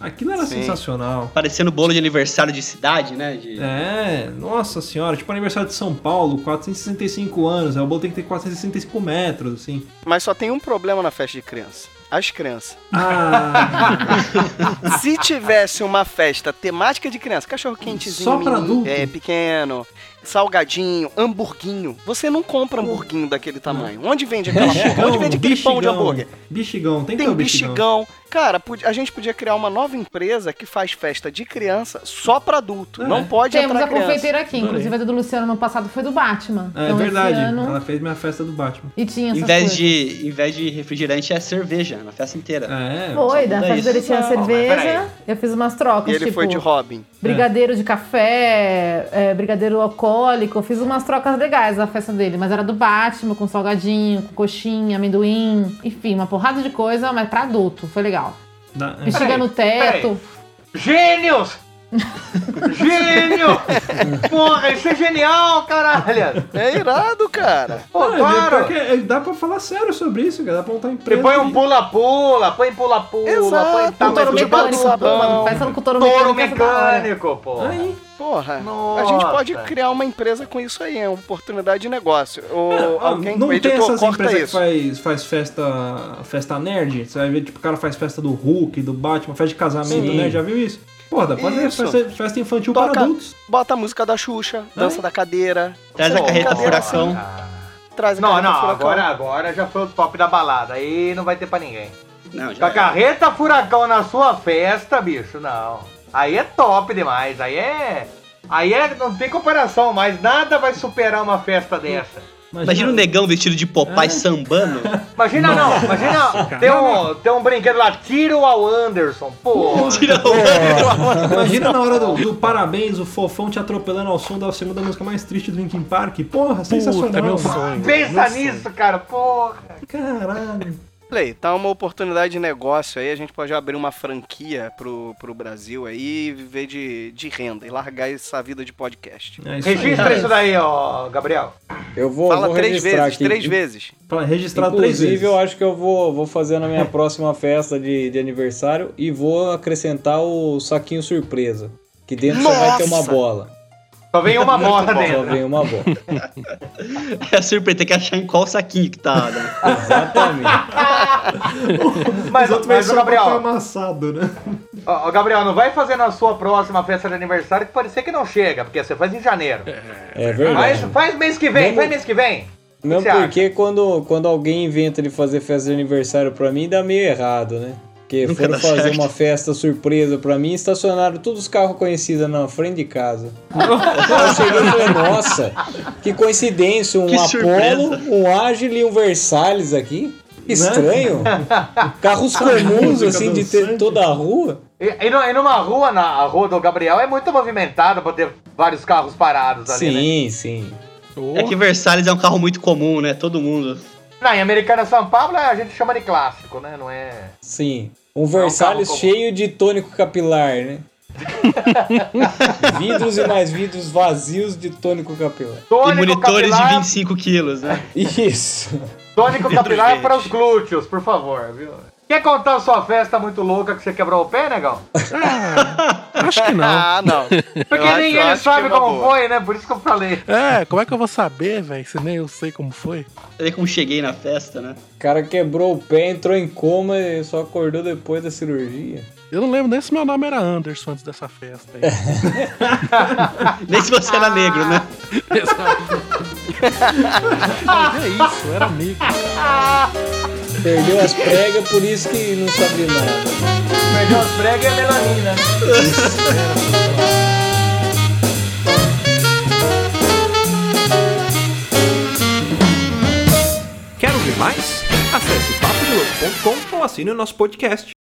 Speaker 1: Aquilo era
Speaker 2: Sim.
Speaker 1: sensacional.
Speaker 3: Parecendo bolo de aniversário de cidade, né? De...
Speaker 1: É, nossa senhora. Tipo aniversário de São Paulo, 465 anos. Aí o bolo tem que ter 465 metros, assim.
Speaker 2: Mas só tem um problema na festa de criança. As crianças.
Speaker 1: Ah,
Speaker 2: Se tivesse uma festa temática de criança, cachorro quentezinho,
Speaker 1: Só pra adulto?
Speaker 2: é pequeno, salgadinho, hamburguinho. Você não compra hamburguinho daquele tamanho. Onde vende aquela porra? Onde vende aquele pão de hambúrguer?
Speaker 1: Bichigão, tem que ter
Speaker 2: Tem um
Speaker 1: o bichigão.
Speaker 2: bichigão. Cara, pod- a gente podia criar uma nova empresa que faz festa de criança só pra adulto.
Speaker 1: É.
Speaker 2: Não pode
Speaker 4: Temos
Speaker 2: entrar
Speaker 4: a
Speaker 2: criança.
Speaker 4: confeiteira aqui, inclusive a
Speaker 1: Adorei.
Speaker 4: do Luciano no passado foi do Batman.
Speaker 1: É
Speaker 4: então
Speaker 1: verdade,
Speaker 4: esse ano.
Speaker 1: ela fez minha festa do Batman.
Speaker 4: E tinha
Speaker 3: Em
Speaker 4: essas
Speaker 3: vez,
Speaker 4: coisas.
Speaker 3: de, em vez de refrigerante, é cerveja na festa inteira.
Speaker 1: É,
Speaker 4: Foi, da
Speaker 3: Só muda
Speaker 4: festa dele
Speaker 3: isso.
Speaker 4: tinha
Speaker 3: Não,
Speaker 4: cerveja,
Speaker 5: peraí.
Speaker 4: eu fiz umas trocas,
Speaker 2: E ele
Speaker 4: tipo,
Speaker 2: foi de Robin.
Speaker 4: brigadeiro de café, é, brigadeiro alcoólico, eu fiz umas trocas legais na festa dele, mas era do Batman, com salgadinho, com coxinha, amendoim, enfim, uma porrada de coisa, mas pra adulto, foi legal.
Speaker 1: da- é.
Speaker 4: Bexiga
Speaker 5: Peraí,
Speaker 4: no teto,
Speaker 5: Gênios! Gênio! Porra, isso é genial, caralho!
Speaker 2: É irado, cara.
Speaker 5: Pô,
Speaker 1: Ah,
Speaker 5: claro!
Speaker 1: porque, é, dá pra falar sério sobre isso, cara. Dá pra montar empresa.
Speaker 5: Você põe um
Speaker 1: aí.
Speaker 5: pula-pula, põe pula-pula,
Speaker 2: Exato.
Speaker 5: põe
Speaker 2: Tá,
Speaker 4: com touro
Speaker 2: mas
Speaker 5: tapa de
Speaker 2: futebol do
Speaker 4: mecânico, pô,
Speaker 2: sabão.
Speaker 4: mano,
Speaker 5: sabão.
Speaker 4: festa com touro mecânico.
Speaker 5: Touro
Speaker 4: essa da hora.
Speaker 5: mecânico, pô.
Speaker 1: Aí.
Speaker 2: Porra.
Speaker 5: Nossa.
Speaker 2: A gente pode criar uma empresa com isso aí, é uma oportunidade de negócio. Ou
Speaker 1: Ah,
Speaker 2: alguém,
Speaker 1: não
Speaker 2: o editor,
Speaker 1: tem essas
Speaker 2: corta
Speaker 1: empresas que
Speaker 2: isso.
Speaker 1: faz, faz festa, festa nerd. Você vai ver, tipo, o cara faz festa do Hulk, do Batman, festa de casamento,
Speaker 3: Sim.
Speaker 1: né? Já viu isso? Porra, dá pra fazer
Speaker 2: Isso.
Speaker 1: festa, festa infantil
Speaker 2: Toca.
Speaker 1: para adultos.
Speaker 2: Bota a música da Xuxa, dança da cadeira,
Speaker 3: Traz a
Speaker 2: Pô,
Speaker 3: carreta
Speaker 2: cadeira
Speaker 3: furacão.
Speaker 2: traz a
Speaker 5: Não,
Speaker 2: carreta
Speaker 5: não,
Speaker 2: furacão.
Speaker 5: agora, agora já foi o top da balada. Aí não vai ter pra ninguém.
Speaker 3: Não,
Speaker 5: Com
Speaker 3: já
Speaker 5: a carreta furacão na sua festa, bicho, não. Aí é top demais, aí é. Aí é. Não tem comparação, mas nada vai superar uma festa dessa.
Speaker 3: Imagina o negão vestido de Popeye
Speaker 1: É.
Speaker 3: sambando.
Speaker 5: Imagina não, imagina. Tem um, tem um brinquedo lá, tira o Al Anderson, pô.
Speaker 3: Tira o
Speaker 1: Imagina na hora do, do parabéns, o fofão te atropelando ao som da segunda música mais triste do Linkin Park. Porra,
Speaker 7: Puta, meu
Speaker 1: sensacional.
Speaker 7: sonho.
Speaker 5: Pensa nisso, cara, porra.
Speaker 1: Caralho.
Speaker 2: Play, tá uma oportunidade de negócio aí, a gente pode abrir uma franquia pro, pro Brasil aí e viver de, de renda e largar essa vida de podcast.
Speaker 1: É isso aí.
Speaker 5: Registra isso daí, ó, Gabriel.
Speaker 6: Eu vou,
Speaker 2: Fala
Speaker 6: vou
Speaker 2: três
Speaker 6: registrar
Speaker 2: vezes,
Speaker 6: aqui.
Speaker 2: três vezes.
Speaker 1: Pra registrar três vezes.
Speaker 6: Inclusive, eu acho que eu vou, vou fazer na minha próxima festa de, de aniversário e vou acrescentar o saquinho surpresa. Que dentro só vai ter uma
Speaker 2: Nossa!
Speaker 6: bola.
Speaker 5: Só vem uma bola
Speaker 6: Só
Speaker 5: dentro.
Speaker 6: vem uma bola.
Speaker 3: É a surpresa, tem que achar em qual saquinho que tá, né?
Speaker 6: Exatamente.
Speaker 5: Mas,
Speaker 1: Os outros
Speaker 5: mas
Speaker 1: vão só botar
Speaker 5: o Gabriel,
Speaker 1: um amassado, né?
Speaker 5: ó, ó, Gabriel, não vai fazer na sua próxima festa de aniversário que pode ser que não chega, porque você faz em janeiro.
Speaker 6: É verdade.
Speaker 5: Mas faz mês que vem,
Speaker 6: Vamos-
Speaker 5: faz mês que vem.
Speaker 6: Não,
Speaker 5: que você
Speaker 6: porque quando, quando alguém inventa de fazer festa de aniversário pra mim, dá meio errado, né? Porque
Speaker 3: Nunca
Speaker 6: foram
Speaker 3: dá
Speaker 6: fazer
Speaker 3: certo.
Speaker 6: uma festa surpresa pra mim, estacionaram todos os carros conhecidos na frente de casa. eu cheguei e falei, nossa, que coincidência, um
Speaker 3: Que
Speaker 6: Apollo,
Speaker 3: surpresa.
Speaker 6: um Ágil e um Versalhes aqui. Que Estranho. Carros comuns,
Speaker 1: Música
Speaker 6: assim, de
Speaker 1: dançante.
Speaker 6: ter toda a rua.
Speaker 5: E, e nu- e numa rua, na a rua do Gabriel, é muito movimentada pra ter vários carros parados ali, né?
Speaker 6: Sim, sim.
Speaker 3: É que Versalhes é um carro muito comum, né? Todo mundo.
Speaker 5: Não, em Americana São Paulo a gente chama de clássico, né? Não é.
Speaker 6: Sim. Um Versalhes
Speaker 5: comum.
Speaker 6: cheio de tônico capilar, né? vidros e mais vidros vazios de tônico capilar.
Speaker 5: Tônico
Speaker 3: E monitores
Speaker 5: capilar,
Speaker 3: de 25 quilos, né?
Speaker 6: Isso.
Speaker 5: Tônico
Speaker 3: Vidro
Speaker 5: capilar
Speaker 3: verde.
Speaker 5: para os glúteos, por favor, viu? Quer contar a sua festa muito louca que você quebrou o pé, negão?
Speaker 7: Ah, acho que não.
Speaker 2: Ah, não.
Speaker 5: Porque ninguém
Speaker 2: é
Speaker 5: sabe como foi, né? Por isso que eu falei.
Speaker 7: É, como é que eu vou saber, velho? Se nem eu sei como foi.
Speaker 3: Olha como cheguei na festa, né?
Speaker 6: O cara quebrou o pé, entrou em coma e só acordou depois da cirurgia.
Speaker 7: Eu não lembro nem se meu nome era Anderson antes dessa festa. Aí.
Speaker 3: Nem se você era negro, né?
Speaker 7: Mas é isso, era amigo.
Speaker 6: Perdeu as pregas, por isso que não sabe nada.
Speaker 5: Perdeu as pregas e é a melanina.
Speaker 1: Quero ver mais? Acesse papodelouco.com ou assine o nosso podcast.